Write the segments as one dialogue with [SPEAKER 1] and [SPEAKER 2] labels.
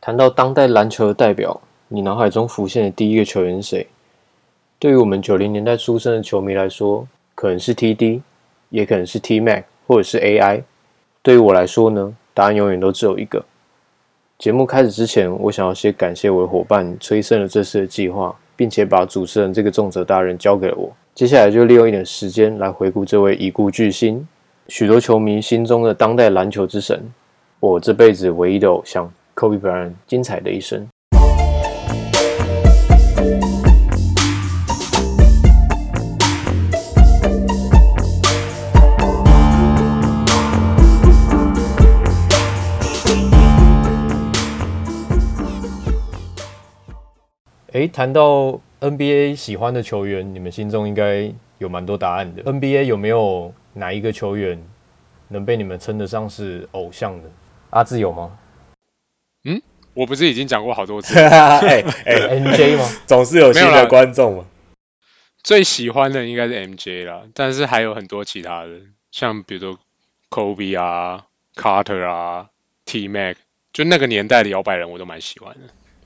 [SPEAKER 1] 谈到当代篮球的代表，你脑海中浮现的第一个球员是谁？对于我们九零年代出生的球迷来说，可能是 TD，也可能是 TMac，或者是 AI。对于我来说呢，答案永远都只有一个。节目开始之前，我想要先感谢我的伙伴催生了这次的计划，并且把主持人这个重责大人交给了我。接下来就利用一点时间来回顾这位已故巨星，许多球迷心中的当代篮球之神，我这辈子唯一的偶像 Kobe Bryant 精彩的一生。诶，谈到 NBA 喜欢的球员，你们心中应该有蛮多答案的。NBA 有没有哪一个球员能被你们称得上是偶像的？阿志有吗？
[SPEAKER 2] 我不是已经讲过好多次，
[SPEAKER 3] 哎哎，
[SPEAKER 1] NJ 吗？
[SPEAKER 3] 总是有新
[SPEAKER 2] 没有
[SPEAKER 3] 的
[SPEAKER 2] 啦
[SPEAKER 3] 观众嘛。
[SPEAKER 2] 最喜欢的应该是 MJ 啦，但是还有很多其他的，像比如说 Kobe 啊、Carter 啊、T Mac，就那个年代的摇摆人我都蛮喜欢的。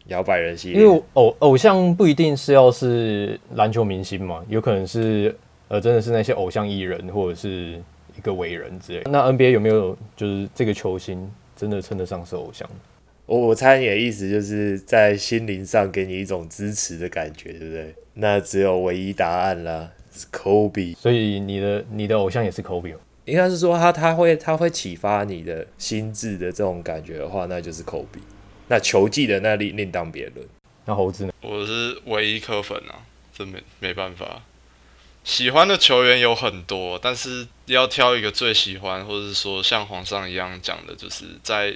[SPEAKER 3] 摇摆人系
[SPEAKER 1] 因为
[SPEAKER 3] 列，
[SPEAKER 1] 我偶偶像不一定是要是篮球明星嘛，有可能是呃真的是那些偶像艺人或者是一个伟人之类的。那 NBA 有没有就是这个球星真的称得上是偶像？
[SPEAKER 3] 我我猜你的意思就是在心灵上给你一种支持的感觉，对不对？那只有唯一答案啦，是 Kobe。
[SPEAKER 1] 所以你的你的偶像也是 Kobe 吗
[SPEAKER 3] 应该是说他他会他会启发你的心智的这种感觉的话，那就是 Kobe。那球技的那另另当别论。
[SPEAKER 1] 那猴子呢？
[SPEAKER 4] 我是唯一科粉啊，这没没办法。喜欢的球员有很多，但是要挑一个最喜欢，或者是说像皇上一样讲的，就是在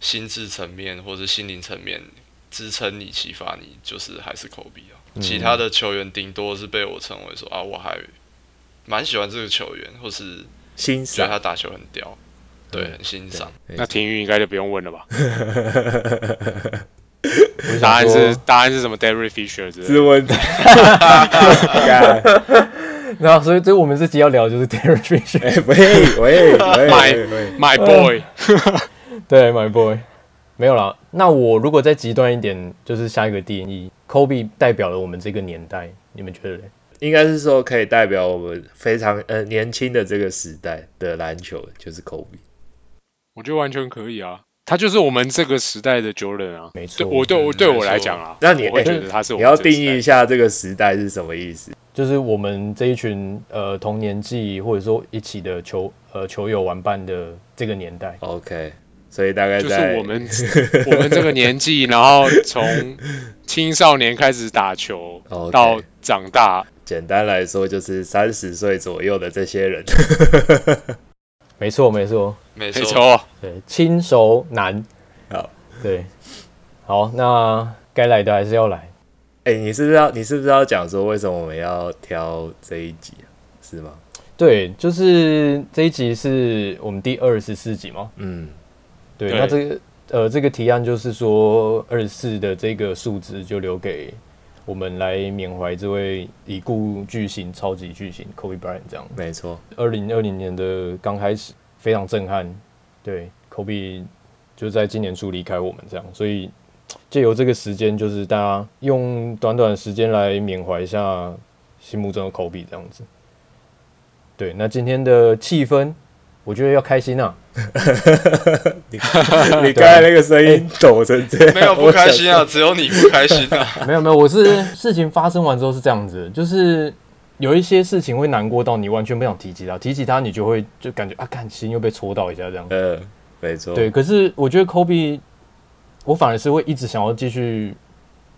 [SPEAKER 4] 心智层面或者心灵层面支撑你、启发你，就是还是科比啊。其他的球员顶多是被我称为说啊，我还蛮喜欢这个球员，或是
[SPEAKER 3] 欣
[SPEAKER 4] 觉得他
[SPEAKER 3] 赏，
[SPEAKER 4] 打球很屌，对，很欣赏。
[SPEAKER 2] 那廷玉应该就不用问了 吧？
[SPEAKER 1] 我就想说
[SPEAKER 2] 答 案是答案是什么 d a v i d Fisher 之类
[SPEAKER 3] 自
[SPEAKER 2] 的。
[SPEAKER 3] 问， 干
[SPEAKER 1] 然啊后所以这我们这集要聊的就是 Derek Fisher，
[SPEAKER 3] 哎喂喂喂
[SPEAKER 2] 买
[SPEAKER 3] 喂喂，
[SPEAKER 2] My boy，
[SPEAKER 1] 对，My Boy，没有啦。那我如果再极端一点，就是下一个定义，Kobe 代表了我们这个年代，你们觉得嘞？
[SPEAKER 3] 应该是说可以代表我们非常呃年轻的这个时代的篮球，就是 Kobe。
[SPEAKER 2] 我觉得完全可以啊，他就是我们这个时代的 Jordan 啊。
[SPEAKER 1] 没
[SPEAKER 2] 对
[SPEAKER 1] 错，
[SPEAKER 2] 我对我
[SPEAKER 4] 嗯
[SPEAKER 2] 对
[SPEAKER 4] 没
[SPEAKER 2] 我来
[SPEAKER 4] 错
[SPEAKER 2] 讲啊，
[SPEAKER 3] 那你
[SPEAKER 2] 我会
[SPEAKER 3] 哎
[SPEAKER 2] 觉 得他是我
[SPEAKER 3] 你
[SPEAKER 2] 们
[SPEAKER 3] 要
[SPEAKER 2] 这个
[SPEAKER 3] 定
[SPEAKER 2] 时代
[SPEAKER 3] 义一下这个时代是什么意思？
[SPEAKER 1] 就是我们这一群呃同年纪或者说一起的球呃球友玩伴的这个年代，
[SPEAKER 3] OK，所以大概
[SPEAKER 2] 就是
[SPEAKER 3] 在
[SPEAKER 2] 我 们我们这个年纪，然后从青少年开始打球
[SPEAKER 3] OK
[SPEAKER 2] 到长大，
[SPEAKER 3] 简单来说，就是三十岁左右的这些人，
[SPEAKER 1] 没错没错，
[SPEAKER 4] 没
[SPEAKER 2] 没
[SPEAKER 4] 错，
[SPEAKER 2] 错，
[SPEAKER 1] 对，轻熟男，
[SPEAKER 3] 好，
[SPEAKER 1] 对，好，那该来的还是要来，
[SPEAKER 3] 哎、你是不是要你是不是要讲说为什么我们要挑这一集啊？是吗？
[SPEAKER 1] 对，就是这一集是我们第二十四集嘛，
[SPEAKER 3] 嗯，
[SPEAKER 1] 对，
[SPEAKER 2] 对
[SPEAKER 1] 那这个呃，这个提案就是说，二十四的这个数值就留给我们来缅怀这位已故巨星、超级巨星 Kobe Bryant 这样。
[SPEAKER 3] 没错，
[SPEAKER 1] 二零二零年的刚开始非常震撼，对，Kobe 就在今年初离开我们这样，所以借由这个时间，就是大家用短短的时间来缅怀一下心目中的 Kobe 这样子。对，那今天的气氛，我觉得要开心啊，
[SPEAKER 3] 你刚才那个声音抖成这样，
[SPEAKER 4] 没有不
[SPEAKER 3] 我想
[SPEAKER 4] 开心啊，只有你不开 心啊。
[SPEAKER 1] 没有没有，我是事情发生完之后是这样子，就是有一些事情会难过到你完全不想提起它，提起它你就会就感觉啊，感心又被戳到一下这样。
[SPEAKER 3] 呃，没错，
[SPEAKER 1] 对，，可是我觉得 Kobe，我反而是会一直想要继续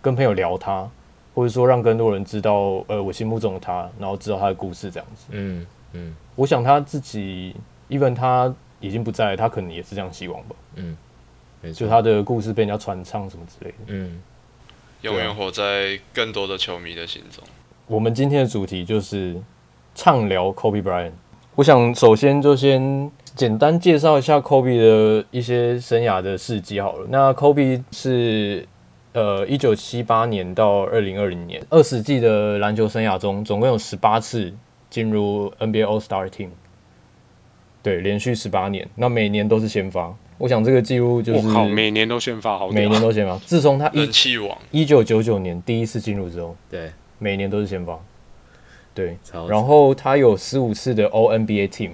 [SPEAKER 1] 跟朋友聊他，或者说让更多人知道呃我心目中的他，然后知道他的故事这样子。
[SPEAKER 3] 嗯嗯
[SPEAKER 1] 我想他自己，even 他已经不在了，他可能也是这样希望吧，
[SPEAKER 3] 嗯，没错，
[SPEAKER 1] 就他的故事被人家传唱什么之类的。
[SPEAKER 3] 嗯，
[SPEAKER 4] 永远活在更多的球迷的心中。
[SPEAKER 1] 我们今天的主题就是畅聊 Kobe Bryant。我想首先就先简单介绍一下 Kobe 的一些生涯的事迹好了。那 Kobe 是呃一九七八年到二零二零年二十季的篮球生涯中，总共有十八次进入 NBA All Star Team，对，连续十八年，那每年都是先发。我想这个记录就是
[SPEAKER 2] 我靠，每年都宣发好啊屌
[SPEAKER 1] 每年都先发。自从他一
[SPEAKER 4] 人气王，
[SPEAKER 1] 一九九九年第一次进入之后，
[SPEAKER 3] 对，
[SPEAKER 1] 每年都是先发。对，
[SPEAKER 3] 超
[SPEAKER 1] 然后他有十五次的 O NBA Team，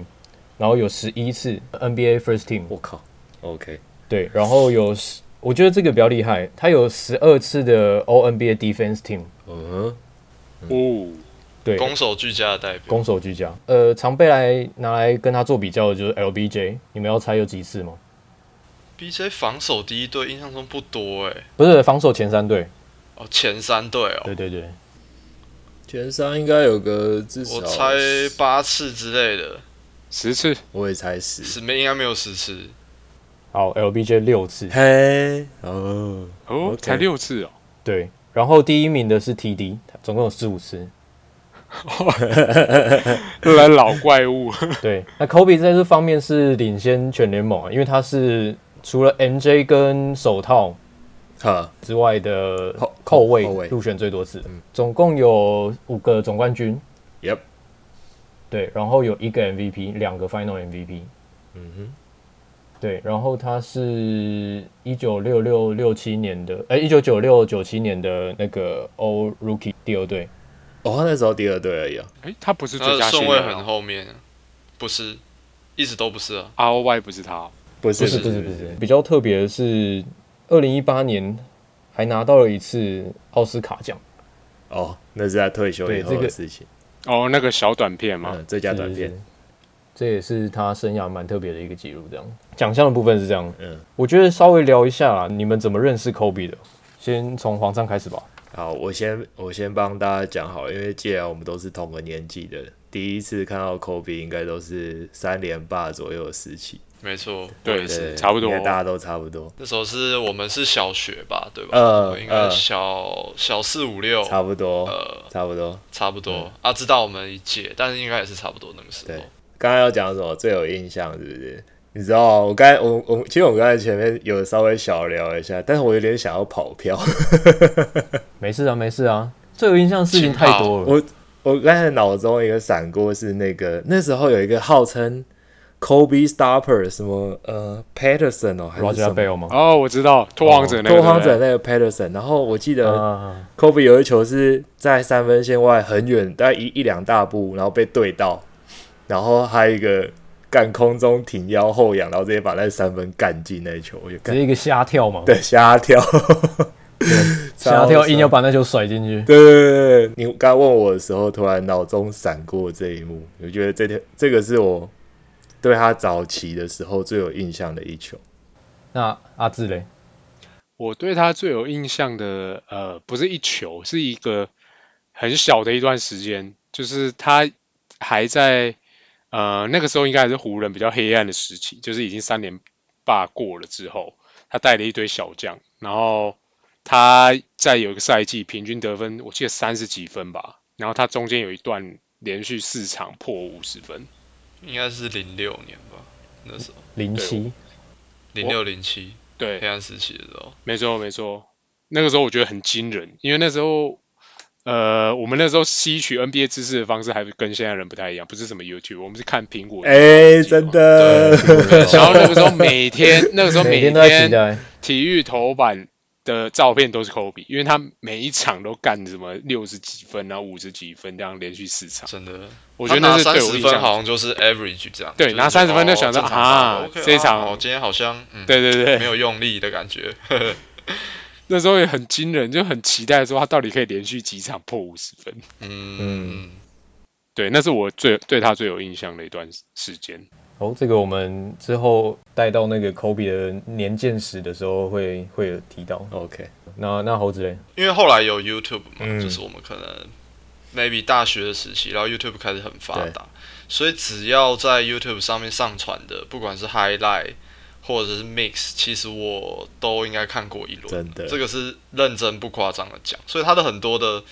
[SPEAKER 1] 然后有十一次 NBA First Team，
[SPEAKER 3] 我靠，OK，
[SPEAKER 1] 对，然后有十，我觉得这个比较厉害，他有十二次的 O NBA Defense Team，
[SPEAKER 3] 嗯哼，
[SPEAKER 2] 哦，
[SPEAKER 1] 对，
[SPEAKER 4] 攻守俱佳的代表。
[SPEAKER 1] 攻守俱佳。呃，常被来拿来跟他做比较的就是 LBJ，你们要猜有几次吗？
[SPEAKER 4] BJ 防守第一队印象中不多哎、
[SPEAKER 1] 不是防守前三队，
[SPEAKER 4] 哦，前三队哦，
[SPEAKER 1] 对对对，
[SPEAKER 3] 前三应该有个至少，
[SPEAKER 4] 我猜
[SPEAKER 2] 啊
[SPEAKER 4] 八次之类的，
[SPEAKER 2] 十次
[SPEAKER 3] 我也猜十，
[SPEAKER 4] 是没应该没有十次。
[SPEAKER 1] 好，LBJ 六次，
[SPEAKER 3] 嘿，哦，
[SPEAKER 2] 哦
[SPEAKER 3] OK
[SPEAKER 2] 才六次哦，
[SPEAKER 1] 对，然后第一名的是 TD，总共有十五次，
[SPEAKER 2] 又来老怪物，
[SPEAKER 1] 对，那 Kobe 在这方面是领先全联盟啊，因为他是除了 MJ 跟手套
[SPEAKER 3] 哈，
[SPEAKER 1] 之外的
[SPEAKER 3] 后
[SPEAKER 1] 扣位
[SPEAKER 3] 后卫嗯
[SPEAKER 1] 入选最多次，总共有五个总冠军。
[SPEAKER 3] Yep
[SPEAKER 1] 对，然后有一个 MVP，两个 Final MVP。
[SPEAKER 3] 嗯哼，
[SPEAKER 1] 对，然后他是一九六六六七年的，哎、1一九九六九七年的那个 All Rookie 第二队。
[SPEAKER 3] 哦，他那时候第二队而已啊，
[SPEAKER 2] 哎，他不是
[SPEAKER 4] 他
[SPEAKER 2] 最佳
[SPEAKER 4] 的顺
[SPEAKER 2] 新
[SPEAKER 4] 位
[SPEAKER 2] 人
[SPEAKER 4] 很
[SPEAKER 2] 哦
[SPEAKER 4] 后面，不是，一直都不是啊。
[SPEAKER 2] ，R O Y 不是他哦，
[SPEAKER 3] 不
[SPEAKER 1] 不
[SPEAKER 3] 是
[SPEAKER 1] 是
[SPEAKER 3] 不
[SPEAKER 1] 不是不
[SPEAKER 3] 不
[SPEAKER 1] 是，，比较特别的是，二零一八年还拿到了一次奥斯卡奖。
[SPEAKER 3] 哦，那是他退休
[SPEAKER 1] 对
[SPEAKER 3] 以后
[SPEAKER 1] 这
[SPEAKER 3] 的
[SPEAKER 1] 个啊
[SPEAKER 3] 事情，
[SPEAKER 2] 哦，那个小短片嘛，
[SPEAKER 3] 嗯，最佳
[SPEAKER 1] 是
[SPEAKER 3] 短片
[SPEAKER 1] 是，这也是他生涯蛮特别的一个记录。这样奖项的部分是这样，
[SPEAKER 3] 嗯，
[SPEAKER 1] 我觉得稍微聊一下啦，你们怎么认识 Kobe 的？先从皇上开始吧。
[SPEAKER 3] 好，我先我先帮大家讲好，因为既然我们都是同个年纪的，第一次看到 Kobe 应该都是三连霸左右的时期，
[SPEAKER 4] 没错，
[SPEAKER 2] 对
[SPEAKER 4] 我也是
[SPEAKER 3] 对，
[SPEAKER 2] 差不多
[SPEAKER 3] 应该大家都差不多，
[SPEAKER 4] 那时候是我们是小学吧，对吧？
[SPEAKER 3] 呃
[SPEAKER 4] 我应该
[SPEAKER 3] 呃
[SPEAKER 4] 小小四五六，
[SPEAKER 3] 差不多，
[SPEAKER 4] 呃，
[SPEAKER 3] 差不多。
[SPEAKER 4] 差不多、啊，知道我们一届，但是应该也是差不多那个时
[SPEAKER 3] 对
[SPEAKER 4] 候。
[SPEAKER 3] 刚刚要讲什么最有印象是不是？你知道我刚才我我其实我刚才前面有稍微小聊一下，但是我有点想要跑票。
[SPEAKER 1] 没事啊，没事啊，最有印象的事情
[SPEAKER 4] 请跑
[SPEAKER 1] 太多了。
[SPEAKER 3] 我我刚才脑中一个闪过是那个那时候有一个号称 Kobe Stopper 什么呃 Patterson 哦还是
[SPEAKER 1] Roger
[SPEAKER 3] 什么
[SPEAKER 1] Bell 吗？
[SPEAKER 2] 哦，我知道拓荒者那个，
[SPEAKER 3] 拓荒者
[SPEAKER 2] 对不对
[SPEAKER 3] 那个 Patterson，然后我记得
[SPEAKER 1] 啊，
[SPEAKER 3] Kobe 有一球是在三分线外很远，大概一一两大步，然后被对到，然后还有一个干空中挺腰后仰，然后直接把那三分干进那一球，我就
[SPEAKER 1] 直
[SPEAKER 3] 干
[SPEAKER 1] 接一个瞎跳嘛，
[SPEAKER 3] 对瞎跳，
[SPEAKER 1] 瞎跳
[SPEAKER 3] 超
[SPEAKER 1] 硬要把那球甩进去。
[SPEAKER 3] 对对对对，你刚问我的时候，突然脑中闪过这一幕，我觉得这天这个是我对他早期的时候最有印象的一球。
[SPEAKER 1] 那阿志嘞，
[SPEAKER 2] 我对他最有印象的，呃，不是一球，是一个很小的一段时间，就是他还在，呃，那个时候应该还是湖人比较黑暗的时期，就是已经三连霸过了之后，他带了一堆小将，然后他在有一个赛季平均得分，我记得三十几分吧，然后他中间有一段连续四场破五十分，
[SPEAKER 4] 应该是零六年吧，那时候
[SPEAKER 1] 零七
[SPEAKER 4] 零六零七
[SPEAKER 2] 对
[SPEAKER 4] 黑，暗时期的时候，
[SPEAKER 2] 没错没错，那个时候我觉得很惊人，因为那时候，呃，我们那时候吸取 NBA 知识的方式还跟现在人不太一样，不是什么 YouTube，我们是看苹果。
[SPEAKER 3] 哎、真。的，
[SPEAKER 2] 然后那个时候 每天，那个时候
[SPEAKER 1] 每
[SPEAKER 2] 每
[SPEAKER 1] 天都在期待，
[SPEAKER 2] 体育头版的照片都是科比，因为他每一场都干什么六十几分，然后五十几分，这样连续四场。
[SPEAKER 4] 真的，
[SPEAKER 2] 我觉得
[SPEAKER 4] 他
[SPEAKER 2] 那
[SPEAKER 4] 拿
[SPEAKER 2] 是
[SPEAKER 4] 三
[SPEAKER 2] 对我
[SPEAKER 4] 十
[SPEAKER 2] 印
[SPEAKER 4] 分
[SPEAKER 2] 象。
[SPEAKER 4] 好像就是 average 这样，
[SPEAKER 2] 对
[SPEAKER 4] 就是
[SPEAKER 2] 拿30分就想到
[SPEAKER 4] 哦正常
[SPEAKER 2] 啊
[SPEAKER 4] 吧，OK
[SPEAKER 2] 这一场
[SPEAKER 4] 哦，今天好像 嗯，
[SPEAKER 2] 对对
[SPEAKER 4] 没
[SPEAKER 2] 对，
[SPEAKER 4] 有用力的感觉，
[SPEAKER 2] 那时候也很惊人，就很期待说他到底可以连续几场破五十分。
[SPEAKER 4] 嗯
[SPEAKER 3] 嗯
[SPEAKER 4] 嗯，
[SPEAKER 2] 对，那是我最对他最有印象的一段时间。
[SPEAKER 1] 哦，这个我们之后带到那个 Kobe 的年鉴史的时候会会有提到。
[SPEAKER 3] OK，
[SPEAKER 1] 那那猴子嘞，
[SPEAKER 4] 因为后来有 YouTube 嘛，
[SPEAKER 3] 嗯
[SPEAKER 4] 就是我们可能 maybe 大学的时期，然后 YouTube 开始很发达，所以只要在 YouTube 上面上传的，不管是 highlight 或者是 mix，其实我都应该看过一轮。
[SPEAKER 3] 真的，
[SPEAKER 4] 这个是认真不夸张的讲，所以他的很多的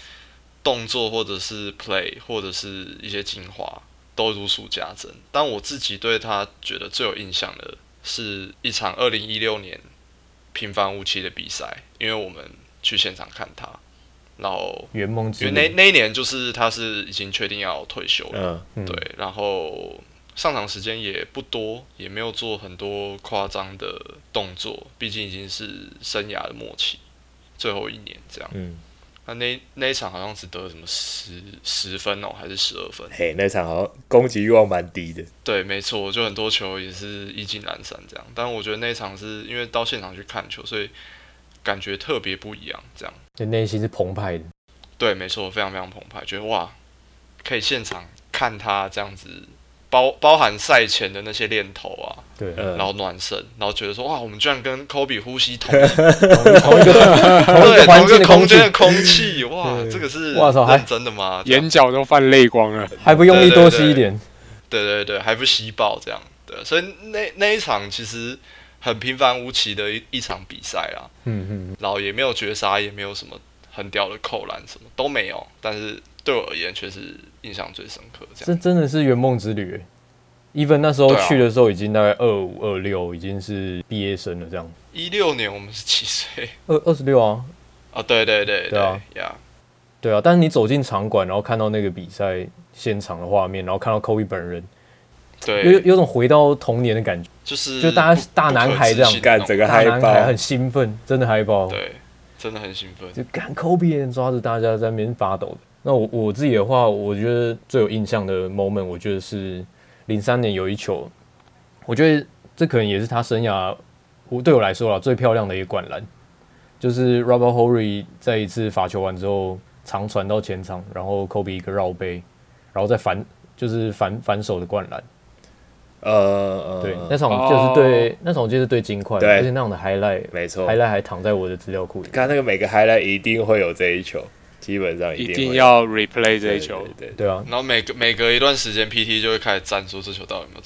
[SPEAKER 4] 动作或者是 play 或者是一些精华都如数家珍。但我自己对他觉得最有印象的是一场二零一六年平凡无奇的比赛，因为我们去现场看他，然后
[SPEAKER 1] 圆梦
[SPEAKER 4] 因
[SPEAKER 1] 之
[SPEAKER 4] 为
[SPEAKER 1] 旅
[SPEAKER 4] 那那一年就是他是已经确定要退休了，
[SPEAKER 3] 嗯，
[SPEAKER 1] 嗯
[SPEAKER 4] 对，然后上场时间也不多，也没有做很多夸张的动作，毕竟已经是生涯的末期，最后一年这样。
[SPEAKER 3] 嗯，
[SPEAKER 4] 那那那一场好像只得什么十十分哦，还是十二分？
[SPEAKER 3] 嘿，那场好像攻击欲望蛮低的，
[SPEAKER 4] 对，没错，就很多球也是意兴阑珊这样。但我觉得那一场是因为到现场去看球，所以感觉特别不一样。这样，
[SPEAKER 1] 这内心是澎湃的。
[SPEAKER 4] 对，没错，非常非常澎湃，觉得哇，可以现场看他这样子，包包含赛前的那些练头啊，
[SPEAKER 1] 对，
[SPEAKER 3] 嗯
[SPEAKER 4] 然后暖身，然后觉得说哇，我们居然跟科比呼 吸同一
[SPEAKER 1] 同一个同一
[SPEAKER 4] 对
[SPEAKER 1] 个
[SPEAKER 4] 同
[SPEAKER 1] 环
[SPEAKER 4] 一
[SPEAKER 1] 境
[SPEAKER 4] 个
[SPEAKER 1] 的
[SPEAKER 4] 空
[SPEAKER 1] 空
[SPEAKER 4] 间
[SPEAKER 1] 气
[SPEAKER 4] 的，空 气，哇，
[SPEAKER 1] 对
[SPEAKER 4] 这个是
[SPEAKER 1] 哇操还
[SPEAKER 4] 认真的吗？这样
[SPEAKER 2] 眼角都泛泪光了。
[SPEAKER 1] 还不用力多吸一点。
[SPEAKER 4] 对对对，还不吸爆这样。对，所以那那一场其实很平凡无奇的一一场比赛啦，
[SPEAKER 1] 嗯嗯，嗯
[SPEAKER 4] 然后也没有绝杀，也没有什么很屌的扣篮，什么都没有。但是对我而言，却是印象最深刻。这
[SPEAKER 1] 这
[SPEAKER 4] 样，
[SPEAKER 1] 真的是圆梦之旅欸。even 那时候
[SPEAKER 4] 对啊
[SPEAKER 1] 去的时候已经大概二五二六，已经是毕业生了这样。
[SPEAKER 4] 一六年我们是几岁
[SPEAKER 1] 二二十六啊，
[SPEAKER 4] 啊？对对对
[SPEAKER 1] 对啊
[SPEAKER 4] 呀，
[SPEAKER 1] 对啊。但是你走进场馆，然后看到那个比赛现场的画面，然后看到 Kobe 本人，有
[SPEAKER 4] 对，
[SPEAKER 1] 有种回到童年的感觉。
[SPEAKER 4] 就是
[SPEAKER 1] 就大家
[SPEAKER 4] 不
[SPEAKER 1] 大男孩这样
[SPEAKER 4] 不可置信的那
[SPEAKER 3] 干
[SPEAKER 4] 种
[SPEAKER 3] 整个
[SPEAKER 1] 大
[SPEAKER 3] 嗨
[SPEAKER 1] 男孩
[SPEAKER 3] 爆
[SPEAKER 1] 很，兴奋，真的嗨爆。
[SPEAKER 4] 对，真的很兴奋。
[SPEAKER 1] 就看 Kobe 抓着大家在那边发抖的。那我我自己的话，我觉得最有印象的 moment，我觉得是零三年有一球，我觉得这可能也是他生涯我对我来说啦最漂亮的一个灌篮，就是 Robert Horry 在一次罚球完之后长传到前场，然后 Kobe 一个绕背，然后再反就是反反手的灌篮。
[SPEAKER 3] 呃呃，
[SPEAKER 1] 对，那
[SPEAKER 3] 呃
[SPEAKER 1] 场就是对、那场我记得是对金块，
[SPEAKER 3] 对
[SPEAKER 1] 而且那场的 highlight
[SPEAKER 3] 没错，
[SPEAKER 1] highlight 还躺在我的资料库里。
[SPEAKER 3] 看那个每个 highlight 一定会有这一球，基本上
[SPEAKER 2] 一
[SPEAKER 3] 定
[SPEAKER 2] 定
[SPEAKER 3] 会
[SPEAKER 2] 要 replay 这
[SPEAKER 3] 对
[SPEAKER 2] 一球，
[SPEAKER 3] 对对
[SPEAKER 1] 对啊，
[SPEAKER 4] 然后每隔每隔一段时间，PT 就会开始赞说这球到底有没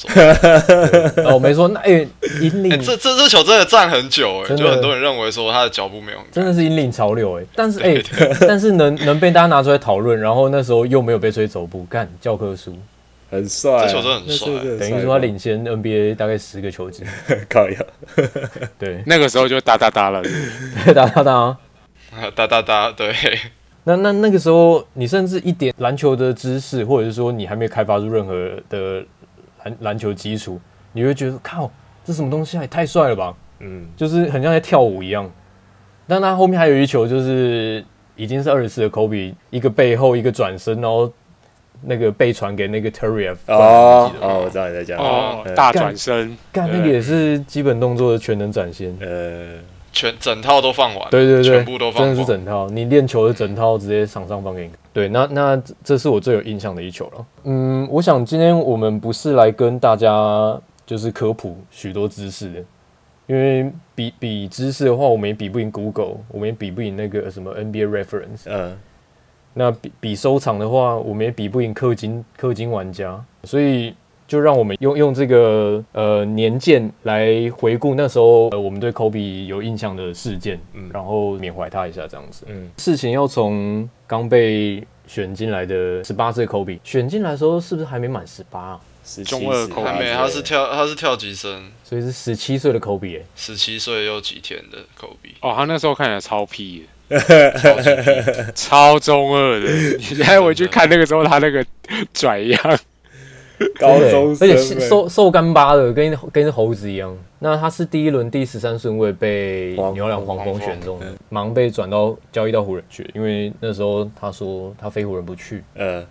[SPEAKER 4] 有中。
[SPEAKER 1] 哦，没错，那哎，引领
[SPEAKER 4] 哎、这这这球真的站很久哎、
[SPEAKER 1] 真的
[SPEAKER 4] 就很多人认为说他的脚步没有很
[SPEAKER 1] 真的是引领潮流哎、但是哎、
[SPEAKER 4] 对
[SPEAKER 1] 但是能能被大家拿出来讨论，然后那时候又没有被吹走步，干教科书，
[SPEAKER 3] 很帅啊，
[SPEAKER 4] 这球真的很帅
[SPEAKER 3] 那真
[SPEAKER 1] 等
[SPEAKER 3] 的很帅
[SPEAKER 1] 于说他领先 NBA 大概十个球季，
[SPEAKER 3] 靠腰，
[SPEAKER 1] 对，
[SPEAKER 2] 那个时候就哒哒哒了。
[SPEAKER 1] 打打打。
[SPEAKER 4] 啊哒哒哒，对，
[SPEAKER 1] 那那那个时候，你甚至一点篮球的知识，或者是说你还没有开发出任何的篮篮球基础，你会觉得靠，这什么东西啊，也太帅了吧！
[SPEAKER 3] 嗯，
[SPEAKER 1] 就是很像在跳舞一样。但他后面还有一球，就是已经是二十四的 Kobe，一个背后一个转身，然后那个被传给那个 Terry，
[SPEAKER 3] 哦哦，我知道你在讲什么，
[SPEAKER 2] 哦
[SPEAKER 3] 嗯，
[SPEAKER 2] 大转身，
[SPEAKER 1] 干那个也是基本动作的全能展现。
[SPEAKER 3] 呃，
[SPEAKER 4] 全整套都放完，
[SPEAKER 1] 对对对，
[SPEAKER 4] 全部都放
[SPEAKER 1] 真的
[SPEAKER 4] 完，
[SPEAKER 1] 是整套，你练球的整套直接场上放给你看。对，那那这这是我最有印象的一球了。嗯，我想今天我们不是来跟大家就是科普许多知识的，因为比比知识的话，我们也比不赢 Google，我们也比不赢那个什么 NBA Reference。
[SPEAKER 3] 嗯，
[SPEAKER 1] 那比比收藏的话，我们也比不赢氪金氪金玩家，所以就让我们用用这个呃年鉴来回顾那时候、呃、我们对 Kobe 有印象的事件，
[SPEAKER 3] 嗯
[SPEAKER 1] 然后缅怀他一下这样子。
[SPEAKER 3] 嗯，
[SPEAKER 1] 事情要从刚被选进来的十八岁 Kobe 选进来的时候，是不是还没满十八？啊
[SPEAKER 3] 17
[SPEAKER 2] 中二口，
[SPEAKER 4] 还没，
[SPEAKER 3] 18
[SPEAKER 4] 他是跳他是跳级生，
[SPEAKER 1] 所以是十七岁的 Kobe 欸
[SPEAKER 4] 十七岁又几天的口鼻
[SPEAKER 2] 哦，他那时候看起来超屁
[SPEAKER 4] 超级屁
[SPEAKER 2] 的，超中二的。你再回去看那个时候他那个拽样，
[SPEAKER 3] 高中
[SPEAKER 1] 真
[SPEAKER 3] 生
[SPEAKER 1] 的
[SPEAKER 3] 欸，
[SPEAKER 1] 欸而且瘦瘦干巴的，跟跟猴子一样。那他是第一轮第十三顺位被
[SPEAKER 3] 黄嗯
[SPEAKER 1] 牛两黄蜂选中的，忙被转到交易到湖人去，因为那时候他说他非湖人不去，
[SPEAKER 3] 呃，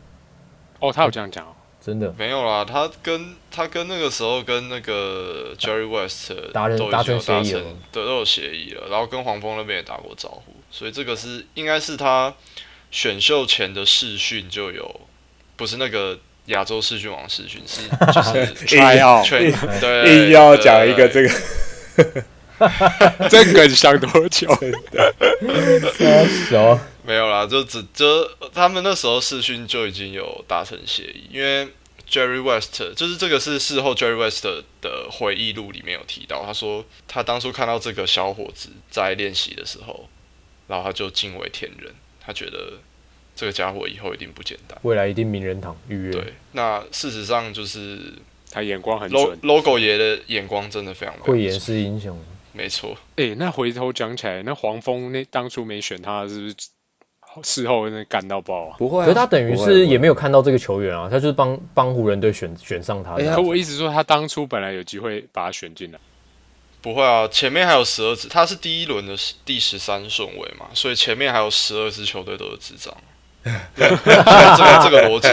[SPEAKER 2] 哦，他有这样讲哦，
[SPEAKER 1] 真的
[SPEAKER 4] 没有啦，他跟他跟那个时候跟那个 Jerry West
[SPEAKER 1] 达人
[SPEAKER 4] 都已经有
[SPEAKER 1] 达
[SPEAKER 4] 达
[SPEAKER 1] 成协议了吗
[SPEAKER 4] 成对都有协议了，然后跟黄蜂那边也打过招呼，所以这个是应该是他选秀前的试训就有，不是那个亚洲试训网试训，是就是
[SPEAKER 2] try out
[SPEAKER 4] 全对
[SPEAKER 3] 硬要讲一个
[SPEAKER 4] 个。
[SPEAKER 3] 这
[SPEAKER 4] 对对
[SPEAKER 3] 个，
[SPEAKER 2] 这梗想多久？
[SPEAKER 3] 啊
[SPEAKER 1] 小
[SPEAKER 4] 没有啦，就只就他们那时候试训就已经有达成协议，因为 Jerry West 就是这个是事后 Jerry West 的回忆录里面有提到，他说他当初看到这个小伙子在练习的时候，然后他就惊为天人，他觉得这个家伙以后一定不简单。
[SPEAKER 1] 未来一定名人堂预约。
[SPEAKER 4] 对，那事实上就是
[SPEAKER 2] 他眼光很
[SPEAKER 4] Lo-
[SPEAKER 2] 准。
[SPEAKER 4] logo 爷的眼光真的非常非常
[SPEAKER 1] 慧眼
[SPEAKER 4] 准
[SPEAKER 1] 识英雄，
[SPEAKER 4] 没错，
[SPEAKER 2] 哎，那回头讲起来，那黄蜂那当初没选他，是不是事后那干到爆啊！
[SPEAKER 3] 不会、啊，
[SPEAKER 1] 可是他等于
[SPEAKER 3] 不会
[SPEAKER 1] 是
[SPEAKER 3] 不会
[SPEAKER 1] 也没有看到这个球员啊，他就是帮帮湖人队选选上他
[SPEAKER 3] 哎呀
[SPEAKER 1] 的。
[SPEAKER 2] 可我一直说他当初本来有机会把他选进来，
[SPEAKER 4] 不会啊，前面还有十二支，他是第一轮的第十三顺位嘛，所以前面还有十二支球队都有智 障。这个这个逻辑，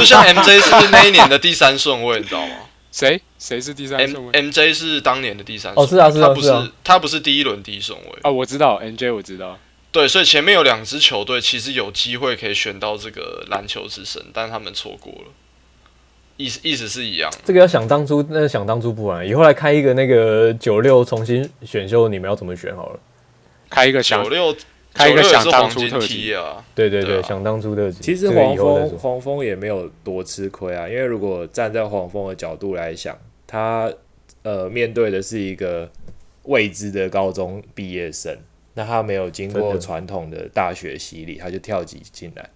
[SPEAKER 4] 就 像 MJ 是那一年的第三顺位，你知道吗
[SPEAKER 2] 谁谁是第三顺
[SPEAKER 4] ？M
[SPEAKER 2] 位
[SPEAKER 4] MJ 是当年的第三
[SPEAKER 1] 哦
[SPEAKER 4] 顺位，
[SPEAKER 1] 是啊是啊
[SPEAKER 4] 他不
[SPEAKER 1] 是啊
[SPEAKER 4] 他不是第一轮第一顺位，
[SPEAKER 2] 啊？我知道 NJ，我知道，
[SPEAKER 4] 对，所以前面有两支球队其实有机会可以选到这个篮球之神，但他们错过了，意思意思是一样的。
[SPEAKER 1] 这个要想当初，那想当初不然，以后来开一个那个九六重新选秀，你们要怎么选好了？
[SPEAKER 2] 开一个想
[SPEAKER 4] 九六
[SPEAKER 2] 开一
[SPEAKER 4] 九
[SPEAKER 2] 个
[SPEAKER 4] 六也
[SPEAKER 2] 想
[SPEAKER 4] 是
[SPEAKER 2] 当
[SPEAKER 4] 黄
[SPEAKER 2] 初
[SPEAKER 4] 金
[SPEAKER 2] 特辑，哦
[SPEAKER 4] T 啊，
[SPEAKER 1] 对对对，
[SPEAKER 4] 对啊
[SPEAKER 1] 想当初的。
[SPEAKER 3] 其实
[SPEAKER 1] 这个
[SPEAKER 3] 黄
[SPEAKER 1] 以后再
[SPEAKER 3] 蜂
[SPEAKER 1] 说
[SPEAKER 3] 黄蜂也没有多吃亏啊，因为如果站在黄蜂的角度来想，他呃面对的是一个未知的高中毕业生，那他没有经
[SPEAKER 1] 真
[SPEAKER 3] 过
[SPEAKER 1] 的
[SPEAKER 3] 传统的大学洗礼，他就跳级进来，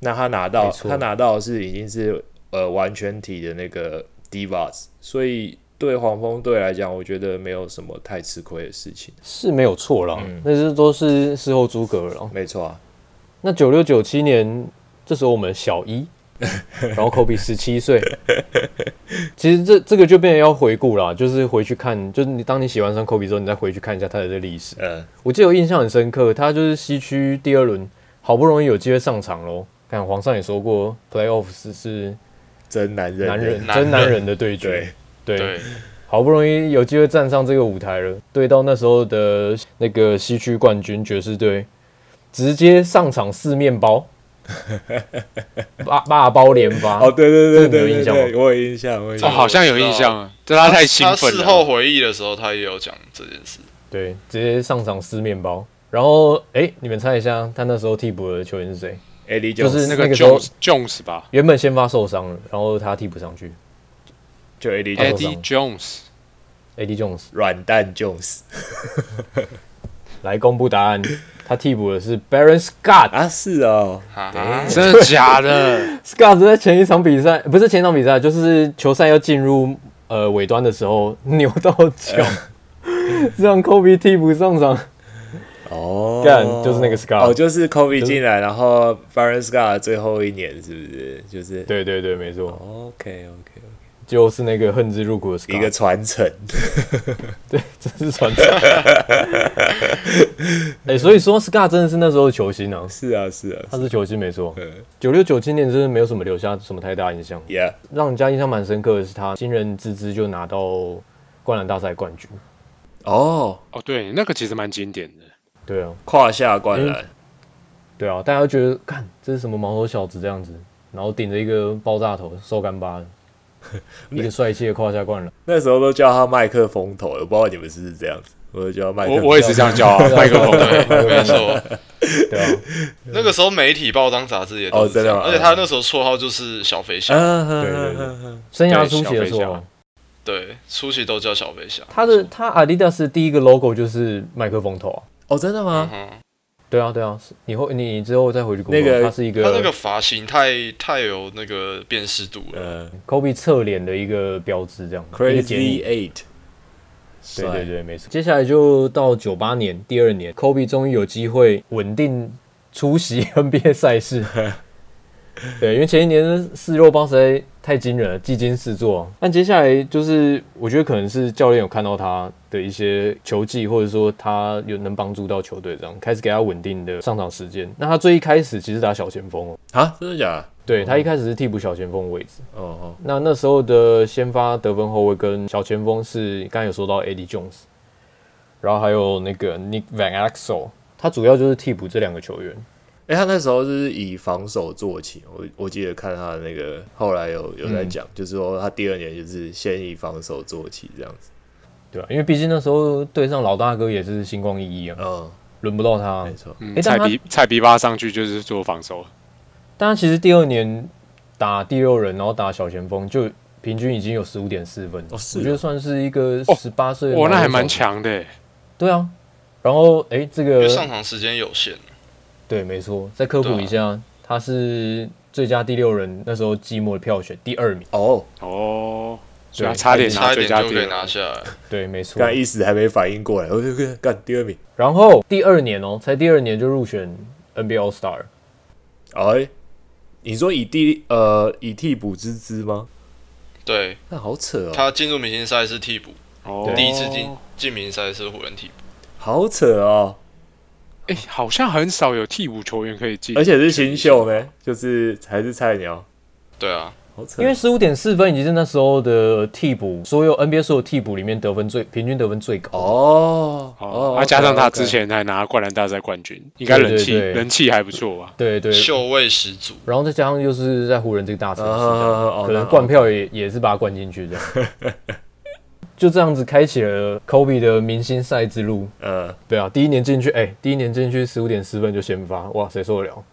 [SPEAKER 3] 那他拿到
[SPEAKER 1] 没错
[SPEAKER 3] 他拿到的是已经是呃完全体的那个 Divas，所以对黄蜂队来讲，我觉得没有什么太吃亏的事情。
[SPEAKER 1] 是没有错啦，
[SPEAKER 3] 嗯
[SPEAKER 1] 那是都是事后诸葛了啦。
[SPEAKER 3] 没错啊，
[SPEAKER 1] 那九六九七年，这时候我们小 一，然后 Kobe 十七岁，其实这这个就变得要回顾啦，就是回去看，就是你当你喜欢上 Kobe 之后，你再回去看一下他的这历史。
[SPEAKER 3] 呃，
[SPEAKER 1] 我记得我印象很深刻，他就是西区第二轮好不容易有机会上场喽。看皇上也说过，playoffs 是
[SPEAKER 3] 真男人，
[SPEAKER 1] 男人
[SPEAKER 4] 男人
[SPEAKER 1] 真男人的对
[SPEAKER 3] 对
[SPEAKER 1] 决，，对，
[SPEAKER 4] 对，
[SPEAKER 1] 好不容易有机会站上这个舞台了，对到那时候的那个西区冠军爵士队，直接上场四面 包，霸霸包连发。
[SPEAKER 3] 哦，对对对
[SPEAKER 1] 这个你有
[SPEAKER 3] 对
[SPEAKER 1] 印
[SPEAKER 3] 对
[SPEAKER 1] 象吗
[SPEAKER 3] 对，我有印象，我有
[SPEAKER 2] 哦，
[SPEAKER 3] 印象。
[SPEAKER 2] 好像有印象啊，但他太兴
[SPEAKER 4] 他
[SPEAKER 2] 奋
[SPEAKER 4] 事后
[SPEAKER 2] 了。
[SPEAKER 4] 回忆的时候，他也有讲这件事。
[SPEAKER 1] 对，直接上场四面包。然后，哎，你们猜一下，他那时候替补的球员是谁？
[SPEAKER 3] 艾利
[SPEAKER 1] 就
[SPEAKER 3] 就是是
[SPEAKER 2] 那
[SPEAKER 1] 那
[SPEAKER 2] 个
[SPEAKER 1] 个时候
[SPEAKER 2] Jones Jones 吧
[SPEAKER 1] 原本先发受伤了，然后他替补上去
[SPEAKER 3] 就艾利 Jones
[SPEAKER 2] ，Eddie Jones，
[SPEAKER 1] ，AD Jones
[SPEAKER 3] 软蛋 Jones
[SPEAKER 1] 来公布答案，他替补的是 Baron Scott。
[SPEAKER 3] 啊，是哦，
[SPEAKER 4] 哈哈
[SPEAKER 3] 对，
[SPEAKER 2] 真的假的？
[SPEAKER 1] Scott 在前一场比赛，不是前一场比赛，就是球赛要进入呃尾端的时候 扭到脚， 让 Kobe 替补上场。
[SPEAKER 3] 哦，
[SPEAKER 1] 干就是那个 Scott
[SPEAKER 3] 哦，就是 Kobe
[SPEAKER 1] 就是
[SPEAKER 3] 进来，然后 Baron Scott 最后一年是不是？就是
[SPEAKER 1] 对对对，没错，
[SPEAKER 3] ，OK OK，
[SPEAKER 1] 就是那个恨之入骨的 Scott，
[SPEAKER 3] 一个传承，
[SPEAKER 1] 真是传奇。 哎、所以说 Scott 真的是那时候的球星啊，
[SPEAKER 3] 是啊是啊
[SPEAKER 1] 他是球星没错。
[SPEAKER 3] 嗯
[SPEAKER 1] 九六九七年真的没有什么留下什么太大印象，
[SPEAKER 3] ，Yeah，
[SPEAKER 1] 让人家印象蛮深刻的是他新人之姿就拿到灌篮大赛冠军。
[SPEAKER 3] 哦，
[SPEAKER 2] 哦，对，那个其实蛮经典的。
[SPEAKER 1] 对啊，
[SPEAKER 3] 胯下灌篮，
[SPEAKER 1] 对啊，大家都觉得看这是什么毛头小子这样子，然后顶着一个爆炸头瘦干巴的，一个帅气的胯下灌篮。
[SPEAKER 3] 那时候都叫他麦克风头，我不知道你们是不是这样子，我就叫他麦克
[SPEAKER 2] 我
[SPEAKER 3] 风头，
[SPEAKER 2] 我也是这样叫 啊，麦克风对。
[SPEAKER 4] 没错。
[SPEAKER 1] 对啊，
[SPEAKER 4] 那个时候媒体报章杂志也都
[SPEAKER 3] 哦
[SPEAKER 4] 是这
[SPEAKER 3] 真的
[SPEAKER 4] 样，
[SPEAKER 3] 吗
[SPEAKER 4] 而且他那时候绰号就是小飞
[SPEAKER 3] 啊，
[SPEAKER 4] 侠，
[SPEAKER 3] 啊对
[SPEAKER 1] 对对
[SPEAKER 3] 对，
[SPEAKER 1] 生涯初期的时
[SPEAKER 2] 对小飞
[SPEAKER 1] 候啊
[SPEAKER 2] 侠，
[SPEAKER 4] 对，初期都叫小飞侠。
[SPEAKER 1] 他的他 Adidas 的第一个 logo 就是麦克风头啊。
[SPEAKER 3] 哦，真的
[SPEAKER 4] 嗯
[SPEAKER 3] 吗？
[SPEAKER 4] 哼，
[SPEAKER 1] 对啊，对啊，是你后你之后再回去 Google，、
[SPEAKER 3] 那个
[SPEAKER 1] 它是一
[SPEAKER 4] 他那
[SPEAKER 1] 个
[SPEAKER 4] 个发型太太有那个辨识度了。
[SPEAKER 3] 嗯
[SPEAKER 1] Kobe 侧脸的一个标志，这样一个剪
[SPEAKER 3] ，Crazy
[SPEAKER 1] 影。
[SPEAKER 3] Eight，
[SPEAKER 1] 对
[SPEAKER 3] 帅
[SPEAKER 1] 对对，没错。接下来就到九八年第二年，Kobe 终于有机会稳定出席 NBA 赛 事。对，因为前一年四肉包实在太惊人了，技惊四座。但接下来就是，我觉得可能是教练有看到他的一些球技，或者说他有能帮助到球队，这样开始给他稳定的上场时间。那他最一开始其实打小前锋哦，
[SPEAKER 3] 啊，真的假的？
[SPEAKER 1] 对他一开始是替补小前锋位置。
[SPEAKER 3] 哦哦，
[SPEAKER 1] 那那时候的先发得分后卫跟小前锋是刚才有说到 AD Jones，然后还有那个 Nick Van Axel，他主要就是替补这两个球员。
[SPEAKER 3] 哎、他那时候是以防守做起，我我记得看他的那个后来有有
[SPEAKER 1] 嗯
[SPEAKER 3] 在讲，就是说他第二年就是先以防守做起这样子。
[SPEAKER 1] 对吧、因为毕竟那时候对上老大哥也是星光熠熠啊，
[SPEAKER 3] 嗯，
[SPEAKER 1] 轮不到他
[SPEAKER 3] 没。错。
[SPEAKER 2] 嗯
[SPEAKER 1] 诶但
[SPEAKER 2] 菜
[SPEAKER 1] 他
[SPEAKER 2] 皮菜皮巴上去就是做防守，
[SPEAKER 1] 但他其实第二年打第六人，然后打小前锋，就平均已经有十五点四分，
[SPEAKER 3] 哦是啊
[SPEAKER 1] 我觉得算是一个
[SPEAKER 2] 哦
[SPEAKER 1] 十八岁的
[SPEAKER 2] 哇，那还
[SPEAKER 1] 小
[SPEAKER 2] 蛮。强的欸。
[SPEAKER 1] 对啊，然后哎、这
[SPEAKER 4] 因
[SPEAKER 1] 个
[SPEAKER 4] 为上场时间有限，
[SPEAKER 1] 对，没错。再科
[SPEAKER 2] 啊
[SPEAKER 1] 普一下，他是最佳第六人那时候季末的票选第二名。
[SPEAKER 3] 哦，
[SPEAKER 2] 哦，所
[SPEAKER 1] 对
[SPEAKER 2] 以他差点
[SPEAKER 1] 他
[SPEAKER 2] 拿
[SPEAKER 4] 差一
[SPEAKER 2] 最
[SPEAKER 4] 点
[SPEAKER 2] 佳
[SPEAKER 4] 就
[SPEAKER 2] 第
[SPEAKER 4] 可以
[SPEAKER 2] 六。
[SPEAKER 4] 拿下来。
[SPEAKER 1] 对，没错
[SPEAKER 3] 刚。才一时还没反应过来，我就干干第二名。
[SPEAKER 1] 然后第二年哦，才第二年就入选 NBA All Star，
[SPEAKER 3] 哎，你说以第呃以替补之资吗？
[SPEAKER 4] 对
[SPEAKER 3] 那好扯哦，
[SPEAKER 4] 他进入明星赛是替补，
[SPEAKER 2] 哦
[SPEAKER 4] 第一次进进明星赛是湖人替补，
[SPEAKER 3] 好扯哦，
[SPEAKER 2] 哎、好像很少有替补球员可以进，
[SPEAKER 3] 而且是新秀呢，就是还是菜鸟，
[SPEAKER 4] 对啊，
[SPEAKER 3] 好扯。
[SPEAKER 1] 因为十五点四分已经是那时候的替补，所有 NBA 所有替补里面得分最平均得分最高。
[SPEAKER 3] 哦
[SPEAKER 2] 哦，啊、加上他之
[SPEAKER 3] OK，OK
[SPEAKER 2] 前还拿灌篮大赛冠军，应该
[SPEAKER 1] 对对
[SPEAKER 2] 人气
[SPEAKER 1] 对
[SPEAKER 2] 人气还不错吧？
[SPEAKER 1] 对对，
[SPEAKER 4] 秀味十足。
[SPEAKER 1] 然后再加上又是在湖人这个大城市这
[SPEAKER 3] 啊
[SPEAKER 1] 样，
[SPEAKER 3] 哦
[SPEAKER 1] 可能
[SPEAKER 3] 那
[SPEAKER 1] 灌票也也是把他灌进去这样， 就这样子开启了 Kobe 的明星赛之路。
[SPEAKER 3] 呃，
[SPEAKER 1] 对啊，第一年进去，哎、第一年进去十五点四分就先发，哇，谁受得了？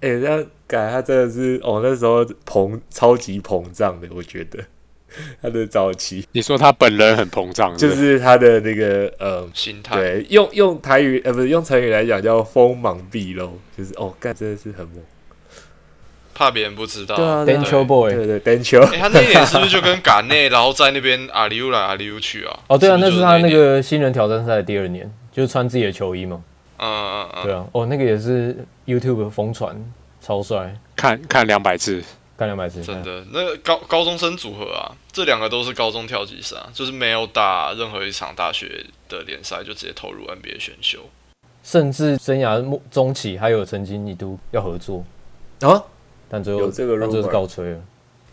[SPEAKER 3] 哎、这样改他真的是哦，那时候膨超级膨胀的，我觉得他的早期
[SPEAKER 2] 你说他本人很膨胀，
[SPEAKER 3] 就
[SPEAKER 2] 不
[SPEAKER 3] 是他的那个呃，
[SPEAKER 4] 心态，
[SPEAKER 3] 对，用用台语呃不是用成语来讲叫锋芒毕露，就是哦，干真的是很猛，
[SPEAKER 4] 怕别人不知道。
[SPEAKER 3] 对啊
[SPEAKER 1] d a
[SPEAKER 3] 对
[SPEAKER 1] n c h o Boy，
[SPEAKER 3] 对对，单球
[SPEAKER 4] 哎、他那一年是不是就跟嘎内，然后在那边阿里乌来阿里乌去啊？
[SPEAKER 1] 哦，对啊，
[SPEAKER 4] 不
[SPEAKER 1] 那
[SPEAKER 4] 就是
[SPEAKER 1] 他
[SPEAKER 4] 那
[SPEAKER 1] 那
[SPEAKER 4] 一年，
[SPEAKER 1] 个新人挑战赛的第二年，就是穿自己的球衣嘛。
[SPEAKER 4] 嗯嗯嗯，
[SPEAKER 1] 对啊，哦，那个也是 YouTube 疯传，超帅，
[SPEAKER 2] 看看两百次，
[SPEAKER 1] 干两百次。
[SPEAKER 4] 真
[SPEAKER 3] 啊
[SPEAKER 4] 的，那个高高中生组合啊，这两个都是高中跳级生、啊，就是没有打任何一场大学的联赛，就直接投入 NBA 选秀。
[SPEAKER 1] 甚至生涯末中期还有曾经一度要合作，
[SPEAKER 3] 啊，
[SPEAKER 1] 但最后
[SPEAKER 3] 有这个
[SPEAKER 1] 但最后是
[SPEAKER 3] rumor
[SPEAKER 1] 告吹了。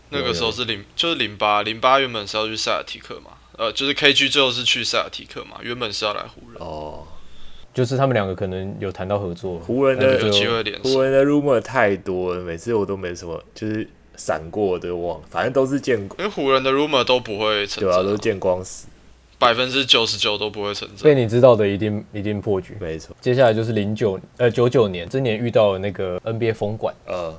[SPEAKER 4] 那个时候是零，就是零八，零八原本是要去塞尔提克嘛，呃，就是 KG 最后是去塞尔提克嘛，原本是要来湖人，
[SPEAKER 3] 哦，
[SPEAKER 1] 就是他们两个可能有谈到合作，
[SPEAKER 3] 湖人
[SPEAKER 1] 但
[SPEAKER 3] 的
[SPEAKER 1] 是
[SPEAKER 4] 有
[SPEAKER 1] 最
[SPEAKER 4] 机
[SPEAKER 1] 后
[SPEAKER 4] 会联
[SPEAKER 3] 湖
[SPEAKER 4] 手。
[SPEAKER 3] 人的 rumor 太多了，每次我都没什么，就是闪过的忘，反正都是见光，
[SPEAKER 4] 因为湖人的 rumor 都不会成
[SPEAKER 3] 对啊，都
[SPEAKER 4] 真
[SPEAKER 3] 是
[SPEAKER 4] 啊，
[SPEAKER 3] 见光死，
[SPEAKER 4] 百分之九十九都不会成真。
[SPEAKER 1] 被你知道的一定一定破局。
[SPEAKER 3] 没错，
[SPEAKER 1] 接下来就是零九呃九九年，这年遇到了那个 NBA 封管，
[SPEAKER 3] 呃，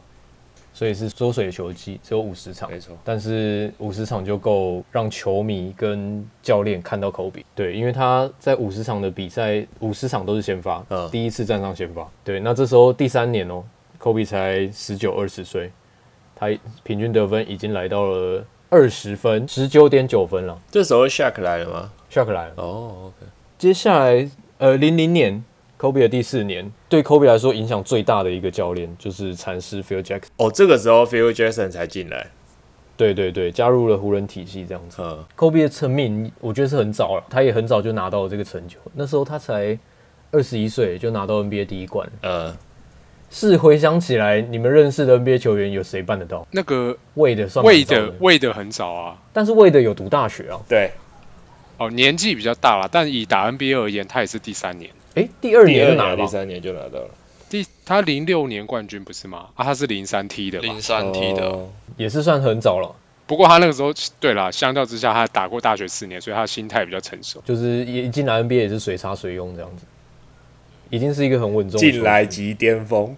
[SPEAKER 1] 所以是缩水球季，只有五十场。
[SPEAKER 3] 没错，
[SPEAKER 1] 但是五十场就够让球迷跟教练看到科比。对，因为他在五十场的比赛，五十场都是先发，
[SPEAKER 3] 嗯
[SPEAKER 1] 第一次站上先发。对，那这时候第三年哦，科比才十九二十岁，他平均得分已经来到了二十分，十九点九分了。
[SPEAKER 3] 这时候 Shaq 来了吗？
[SPEAKER 1] Shark 来了，
[SPEAKER 3] 哦，OK，
[SPEAKER 1] 接下来呃零零年。科比的第四年，对科比来说影响最大的一个教练就是禅师 Phil Jackson。
[SPEAKER 3] 哦，这个时候 Phil Jackson 才进来，
[SPEAKER 1] 对对对，加入了湖人体系这样子。
[SPEAKER 3] 嗯，
[SPEAKER 1] 科比的成名，我觉得是很早了，他也很早就拿到了这个成就。那时候他才二十一岁，就拿到 NBA 第一冠了。
[SPEAKER 3] 呃，
[SPEAKER 1] 是回想起来，你们认识的 NBA 球员有谁办得到？
[SPEAKER 2] 那个
[SPEAKER 1] 魏的算
[SPEAKER 2] 喂
[SPEAKER 1] 很早
[SPEAKER 2] 的喂的很早啊，
[SPEAKER 1] 但是魏的有读大学啊。
[SPEAKER 3] 对，
[SPEAKER 2] 哦，年纪比较大了，但以打 NBA 而言，他也是第三年，
[SPEAKER 1] 诶，第二
[SPEAKER 3] 第
[SPEAKER 1] 年
[SPEAKER 3] 二
[SPEAKER 1] 就拿了
[SPEAKER 3] 年、啊
[SPEAKER 1] 吧
[SPEAKER 3] 第三年就拿到了，
[SPEAKER 2] 第他零六年冠军不是吗？啊，他是零三踢的吧
[SPEAKER 4] 零？三踢的，
[SPEAKER 3] 哦
[SPEAKER 1] 也是算很早了，
[SPEAKER 2] 不过他那个时候，对啦，相较之下，他打过大学四年，所以他心态比较成熟。
[SPEAKER 1] 就是也一进来 NBA 也是随插随用这样子，已经是一个很稳重的球员。
[SPEAKER 3] 进来即巅峰，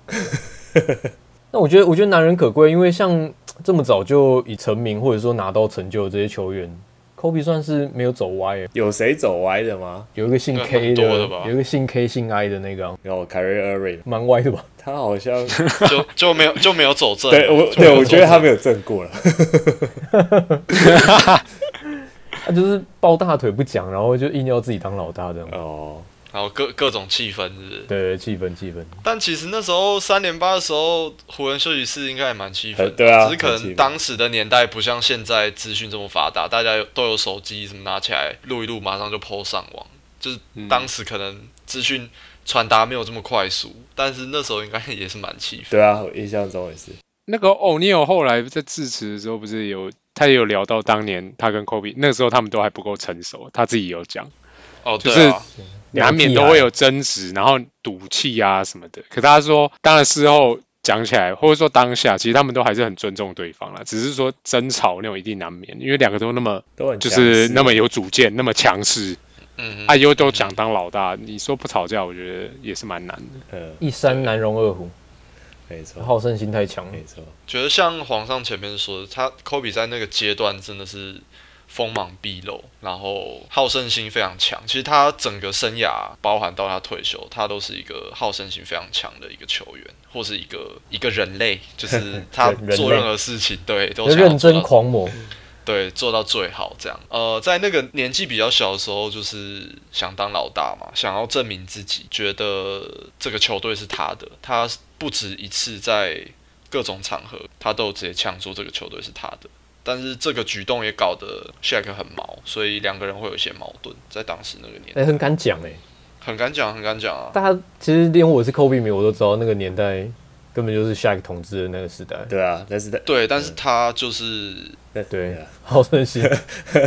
[SPEAKER 1] 那我觉得，我觉得难能可贵，因为像这么早就已成名或者说拿到成就的这些球员，科比算是没有走歪耶。
[SPEAKER 3] 有谁走歪的吗？
[SPEAKER 1] 有一个姓
[SPEAKER 4] 应该
[SPEAKER 1] K 的，
[SPEAKER 4] 蛮多的吧
[SPEAKER 1] 有一个姓 K 姓 I 的那个啊、
[SPEAKER 3] 然后 Kyrie Irving，
[SPEAKER 1] 蛮歪的吧？
[SPEAKER 3] 他好像，
[SPEAKER 4] 就就没有就没有走正。啊
[SPEAKER 3] 对我对我觉得他没有正过了，
[SPEAKER 1] 他就是抱大腿不讲，然后就硬要自己当老大这样。
[SPEAKER 3] 哦，
[SPEAKER 4] 然后各各种气氛是不是？
[SPEAKER 1] 对，气氛气氛，
[SPEAKER 4] 但其实那时候三连八的时候，湖人休息室应该也蛮气愤的，
[SPEAKER 3] 呃对啊
[SPEAKER 4] 只是可
[SPEAKER 3] 很气
[SPEAKER 4] 能
[SPEAKER 3] 愤
[SPEAKER 4] 当时的年代不像现在资讯这么发达，大家有都有手机，什么拿起来录一录，马上就 PO 上网。就是
[SPEAKER 2] 嗯
[SPEAKER 3] 嗯
[SPEAKER 4] 当时可能资讯传达没有这么快速，但是那时候应该也是蛮气愤。
[SPEAKER 3] 对啊，我印象中也是，
[SPEAKER 2] 那个欧尼尔后来在致辞的时候，不是有他也有聊到当年他跟 Kobe 那个时候他们都还不够成熟，他自己有讲，
[SPEAKER 4] 哦，
[SPEAKER 2] 就
[SPEAKER 4] 对
[SPEAKER 2] 是
[SPEAKER 4] 啊，
[SPEAKER 2] 难免都会有争执，然后赌气啊什么的。可他说，当然事后讲起来，或者说当下，其实他们都还是很尊重对方啦，只是说争吵那种一定难免，因为两个都那么
[SPEAKER 3] 都很
[SPEAKER 2] 就
[SPEAKER 3] 强势
[SPEAKER 2] 是那么有主见，那么强势，
[SPEAKER 4] 嗯，
[SPEAKER 2] 啊又都想当老大，你说不吵架，我觉得也是蛮难的。
[SPEAKER 3] 嗯，
[SPEAKER 1] 一山难容二虎，
[SPEAKER 3] 没错，
[SPEAKER 1] 好胜心太强。
[SPEAKER 3] 没错，
[SPEAKER 4] 觉得像皇上前面说的，他科比在那个阶段真的是锋芒毕露，然后好胜心非常强。其实他整个生涯，包含到他退休，他都是一个好胜心非常强的一个球员，或是一个一个人类，就是他
[SPEAKER 1] 人类
[SPEAKER 4] 做任何事情，对，都
[SPEAKER 1] 就
[SPEAKER 4] 想要
[SPEAKER 1] 认真
[SPEAKER 4] 做到
[SPEAKER 1] 狂魔，
[SPEAKER 4] 对，做到最好这样。呃，在那个年纪比较小的时候，就是想当老大嘛，想要证明自己，觉得这个球队是他的。他不止一次在各种场合，他都有直接呛说这个球队是他的。但是这个举动也搞得 Shaq 很毛，所以两个人会有一些矛盾，在当时那个年代，
[SPEAKER 1] 哎、很敢讲哎、
[SPEAKER 4] 很敢讲，很敢讲啊。
[SPEAKER 1] 大家其实连我是 Kobe 迷，我都知道那个年代根本就是 Shaq 统治的那个时代。
[SPEAKER 3] 对啊，但是他
[SPEAKER 4] 对，但是他就是
[SPEAKER 3] 但
[SPEAKER 1] 对
[SPEAKER 3] 啊，
[SPEAKER 1] 好生 气。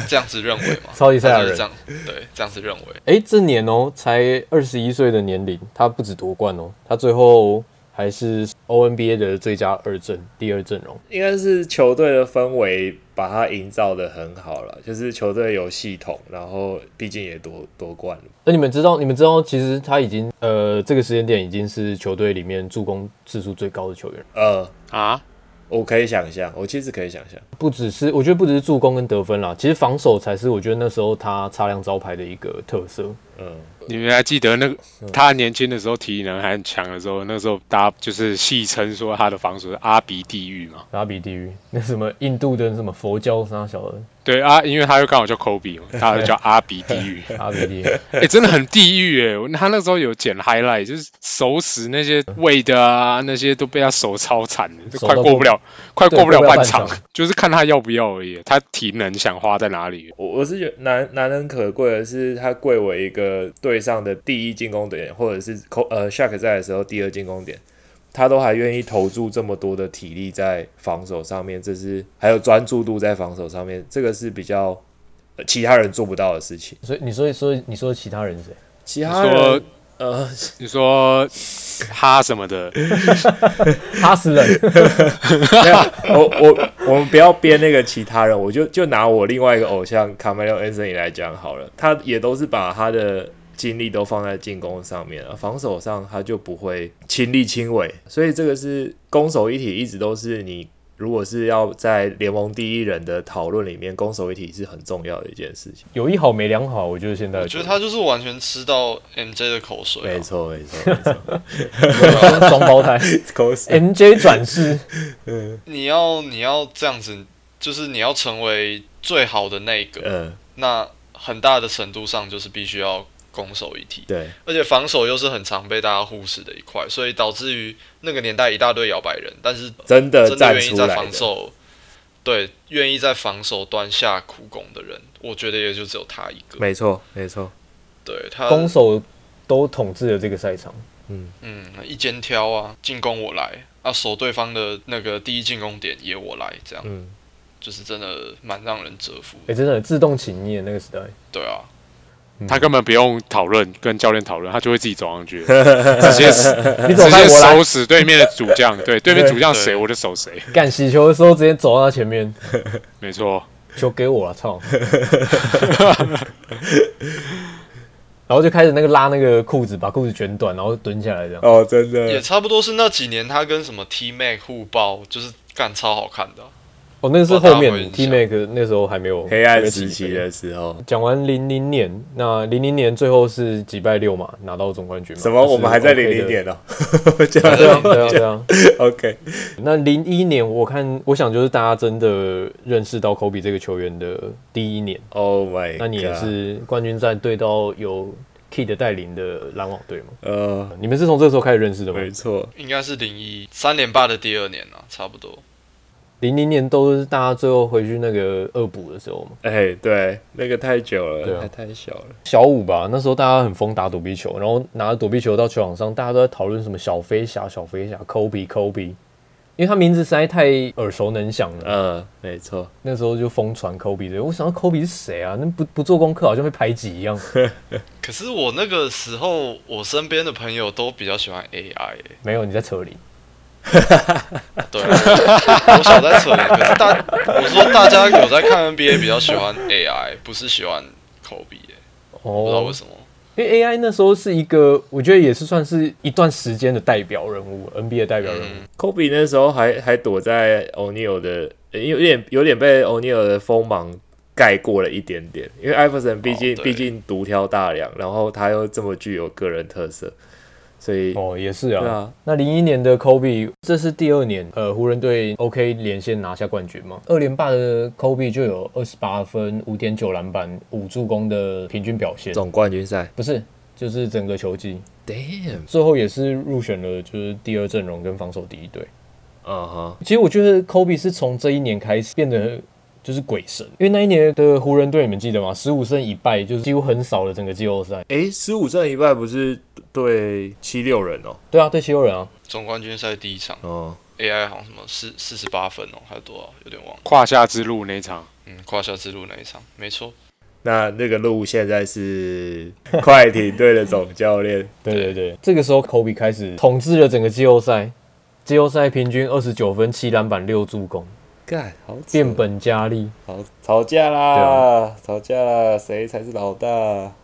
[SPEAKER 4] 这样子认为嘛，
[SPEAKER 1] 超级赛亚人
[SPEAKER 4] 他就是这样，对，这样子认为。
[SPEAKER 1] 哎、这年哦、才二十一岁的年龄，他不止夺冠哦、他最后还是 ONBA 的最佳二阵第二阵哦容。
[SPEAKER 3] 应该是球队的氛围把它营造的很好了，就是球队有系统，然后毕竟也夺夺冠了，
[SPEAKER 1] 那你们知道，你们知道，其实他已经呃，这个时间点已经是球队里面助攻次数最高的球员了。
[SPEAKER 3] 呃，
[SPEAKER 2] 啊，
[SPEAKER 3] 我可以想象，我其实可以想象，
[SPEAKER 1] 不只是我觉得不只是助攻跟得分啦，其实防守才是我觉得那时候他擦亮招牌的一个特色。
[SPEAKER 3] 嗯，
[SPEAKER 2] 你们还记得那个他年轻的时候体能还很强的时候，那时候大家就是戏称说他的防守是阿鼻地狱嘛？
[SPEAKER 1] 拉比地狱 那什么印度的什么佛教啥小的
[SPEAKER 2] 对啊，因为他又刚好叫 Kobe 嘛，他就叫阿鼻地狱。
[SPEAKER 1] 拉比地狱，
[SPEAKER 2] 哎、真的很地狱哎、我他那时候有剪 highlight，就是手死那些喂的啊，那些都被他手超惨的，就
[SPEAKER 1] 手
[SPEAKER 2] 快
[SPEAKER 1] 都
[SPEAKER 2] 过
[SPEAKER 1] 过
[SPEAKER 2] 不了，快
[SPEAKER 1] 对
[SPEAKER 2] 过不了
[SPEAKER 1] 过不了
[SPEAKER 2] 半
[SPEAKER 1] 半
[SPEAKER 2] 场
[SPEAKER 1] 场，
[SPEAKER 2] 就是看他要不要而已。他体能想花在哪里？
[SPEAKER 3] 我我是觉得难难能可贵的是，他贵为一个队上的第一进攻点，或者是扣呃 Shark 在的时候第二进攻点，他都还愿意投注这么多的体力在防守上面，这是还有专注度在防守上面，这个是比较、呃其他人做不到的事情。
[SPEAKER 1] 所以你说说你说其他人是谁？
[SPEAKER 3] 其
[SPEAKER 2] 你
[SPEAKER 3] 他
[SPEAKER 2] 说
[SPEAKER 3] 人呃，
[SPEAKER 2] 你说哈什么的，
[SPEAKER 1] 嗯哈斯人，
[SPEAKER 3] 没有，我我我们不要编那个其他人，我就就拿我另外一个偶像卡梅隆恩森尼来讲好了，他也都是把他的精力都放在进攻上面了，防守上他就不会亲力亲为，所以这个是攻守一体，一直都是你如果是要在联盟第一人的讨论里面，攻守一体是很重要的一件事情。
[SPEAKER 1] 有一好没两好，我觉得现在
[SPEAKER 4] 我觉得他就是完全吃到 MJ 的口水、
[SPEAKER 3] 没
[SPEAKER 4] 啊，
[SPEAKER 3] 错，没错，没错，
[SPEAKER 1] 他双胞 胎
[SPEAKER 3] 口水。
[SPEAKER 1] MJ 转世，
[SPEAKER 4] 你要你要这样子，就是你要成为最好的那一个，
[SPEAKER 3] 嗯，
[SPEAKER 4] 那很大的程度上就是必须要攻守一体，
[SPEAKER 3] 对，
[SPEAKER 4] 而且防守又是很常被大家忽视的一块，所以导致于那个年代一大堆摇摆人，但是
[SPEAKER 3] 真的
[SPEAKER 4] 真的
[SPEAKER 3] 呃站
[SPEAKER 4] 愿意
[SPEAKER 3] 出
[SPEAKER 4] 在
[SPEAKER 3] 来
[SPEAKER 4] 防
[SPEAKER 3] 的，
[SPEAKER 4] 守，对，愿意在防守端下苦功的人，我觉得也就只有他一个，
[SPEAKER 3] 没错，没错，
[SPEAKER 4] 对 他
[SPEAKER 1] 攻守都统治了这个赛场。
[SPEAKER 4] 嗯，一肩挑啊，进攻我来啊，守对方的那个第一进攻点也我来，这样
[SPEAKER 3] 嗯。
[SPEAKER 4] 就是真的蛮让人折服
[SPEAKER 1] 哎、
[SPEAKER 4] 的。
[SPEAKER 1] 真的自动请业那个时 代，
[SPEAKER 4] 对啊，
[SPEAKER 2] 他根本不用讨论，跟教练讨论，他就会自己走上去 了，直接死
[SPEAKER 1] 你走
[SPEAKER 2] 直
[SPEAKER 1] 开
[SPEAKER 2] 接
[SPEAKER 1] 我来
[SPEAKER 2] 手死对面的主将，对，对面主将谁
[SPEAKER 4] 对
[SPEAKER 2] 我就守谁，
[SPEAKER 1] 干洗球的时候直接走到他前面，
[SPEAKER 2] 没错。
[SPEAKER 1] 球给我了， 操！然后就开始那个拉那个裤子，把裤子卷短，然后蹲下来这样。
[SPEAKER 3] 哦，真的
[SPEAKER 4] 也差不多是那几年他跟什么 T Mac 互爆，就是干超好看的啊、
[SPEAKER 1] 哦，那个是
[SPEAKER 4] 不知
[SPEAKER 1] 后
[SPEAKER 4] 道大家会
[SPEAKER 1] 面
[SPEAKER 4] 印
[SPEAKER 1] T
[SPEAKER 4] 象
[SPEAKER 1] Mac 那时候还没有
[SPEAKER 3] 黑暗
[SPEAKER 1] 还没
[SPEAKER 3] 时
[SPEAKER 1] 起
[SPEAKER 3] 期
[SPEAKER 1] 飞
[SPEAKER 3] 的时候，
[SPEAKER 1] 讲完零零年，那零零年最后是击败六嘛，拿到总冠军嘛。
[SPEAKER 3] 什么？
[SPEAKER 1] 就是
[SPEAKER 3] 我们还在
[SPEAKER 1] OK
[SPEAKER 3] 零
[SPEAKER 1] 的
[SPEAKER 3] 零？年哦，这样
[SPEAKER 1] 对啊，对啊，对啊。
[SPEAKER 3] OK，
[SPEAKER 1] 那零一年，我看，我想就是大家真的认识到科比这个球员的第一年。
[SPEAKER 3] Oh my，God
[SPEAKER 1] 那你也是冠军战对到有 Kid 带领的篮网队吗？
[SPEAKER 3] 呃，
[SPEAKER 1] 你们是从这个时候开始认识的吗？
[SPEAKER 3] 没错，
[SPEAKER 4] 应该是零一三连霸的第二年啊，差不多。
[SPEAKER 1] 零零年都是大家最后回去那个恶补的时候嘛，
[SPEAKER 3] 哎，对，那个太久
[SPEAKER 1] 对啊
[SPEAKER 3] 了，太太小了，
[SPEAKER 1] 小五吧，那时候大家很疯打躲避球，然后拿着躲避球到球场上，大家都在讨论什么小飞侠、小飞侠、科比、科比，因为他名字实在太耳熟能详了。
[SPEAKER 3] 嗯，没错，
[SPEAKER 1] 那时候就疯传科比的，我想到科比是谁啊？那不不做功课好像被排挤一样。
[SPEAKER 4] 可是我那个时候，我身边的朋友都比较喜欢 AI，、欸、
[SPEAKER 1] 没有，你在扯铃。
[SPEAKER 4] 对啊，我我少在扯脸。可是大，我说大家有在看 NBA 比较喜欢 AI，不是喜欢 Kobe，、欸、不知道
[SPEAKER 1] 哦
[SPEAKER 4] 为，什么。
[SPEAKER 1] 因为 AI 那时候是一个，我觉得也是算是一段时间的代表人物，NBA 的代表人物。
[SPEAKER 3] 科比那时候还还躲在 O'Neal 的，呃有点有点被 O'Neal 的锋芒盖过了一点点，因为艾弗森毕竟
[SPEAKER 4] 哦对
[SPEAKER 3] 毕竟独挑大梁，然后他又这么具有个人特色，所以
[SPEAKER 1] 哦，也是
[SPEAKER 3] 对
[SPEAKER 1] 啊。
[SPEAKER 3] 啊，
[SPEAKER 1] 那零一年的 Kobe，这是第二年，呃，湖人队 OK 连线拿下冠军嘛？二连霸的 Kobe 就有二十八分、五点九篮板、五助攻的平均表现，
[SPEAKER 3] 总冠军赛
[SPEAKER 1] 不是，就是整个球季，
[SPEAKER 3] ，damn，
[SPEAKER 1] 最后也是入选了就是第二阵容跟防守第一队。
[SPEAKER 3] 嗯哼，
[SPEAKER 1] 其实我觉得 Kobe 是从这一年开始变得就是鬼神，因为那一年的湖人队你们记得吗？十五胜一败，就是几乎很少的整个季后赛。
[SPEAKER 3] 诶，十五胜一败不是对七六人哦，
[SPEAKER 1] 对啊，对七六人啊，
[SPEAKER 4] 总冠军赛第一场
[SPEAKER 3] 哦，
[SPEAKER 4] AI 好像什么四四十八分哦，还有多少？有点忘了。
[SPEAKER 2] 胯下之路那一场，
[SPEAKER 4] 嗯，胯下之路那一场，没错。
[SPEAKER 3] 那那个路现在是快艇队的总教练，
[SPEAKER 1] 对对对，这个时候 Kobe 开始统治了整个季后赛，季后赛平均二十九分、七篮板、六助攻，
[SPEAKER 3] 干，好扯
[SPEAKER 1] 变本加厉。
[SPEAKER 3] 吵吵架啦，吵架啦，谁才是老大？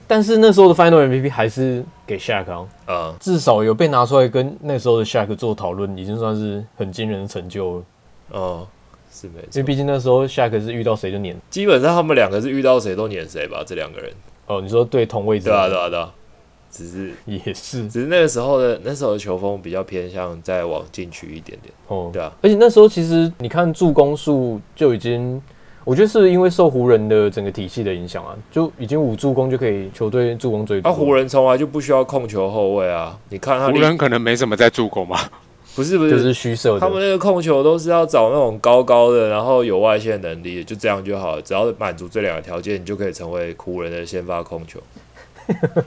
[SPEAKER 1] 但是那时候的 Final MVP 还是给 Shaq 啊，
[SPEAKER 3] 嗯，
[SPEAKER 1] 至少有被拿出来跟那时候的 Shaq 做讨论，已经算是很惊人的成就了。
[SPEAKER 3] 哦，是没
[SPEAKER 1] 因为
[SPEAKER 3] 错。
[SPEAKER 1] 毕竟那时候 Shaq 是遇到谁就碾。
[SPEAKER 3] 基本上他们两个是遇到谁都撵谁吧，这两个人。
[SPEAKER 1] 哦，你说对同位置
[SPEAKER 3] 对啊，啊对啊，对啊。只是
[SPEAKER 1] 也是
[SPEAKER 3] 只是那个时候的那时候的球风比较偏向再往进取一点点。
[SPEAKER 1] 哦，
[SPEAKER 3] 对啊，
[SPEAKER 1] 而且那时候其实你看助攻数就已经，我觉得是不是因为受湖人的整个体系的影响啊，就已经五助攻就可以球队助攻最多。
[SPEAKER 3] 啊，湖人从来就不需要控球后卫啊，你看他
[SPEAKER 2] 湖
[SPEAKER 3] 历
[SPEAKER 2] 人可能没什么在助攻吧。
[SPEAKER 3] 不是不是，
[SPEAKER 1] 就是虚设
[SPEAKER 3] 他们
[SPEAKER 1] 的，
[SPEAKER 3] 那个控球都是要找那种高高的，然后有外线能力的，就这样就好了。只要满足这两个条件，你就可以成为湖人的先发控球。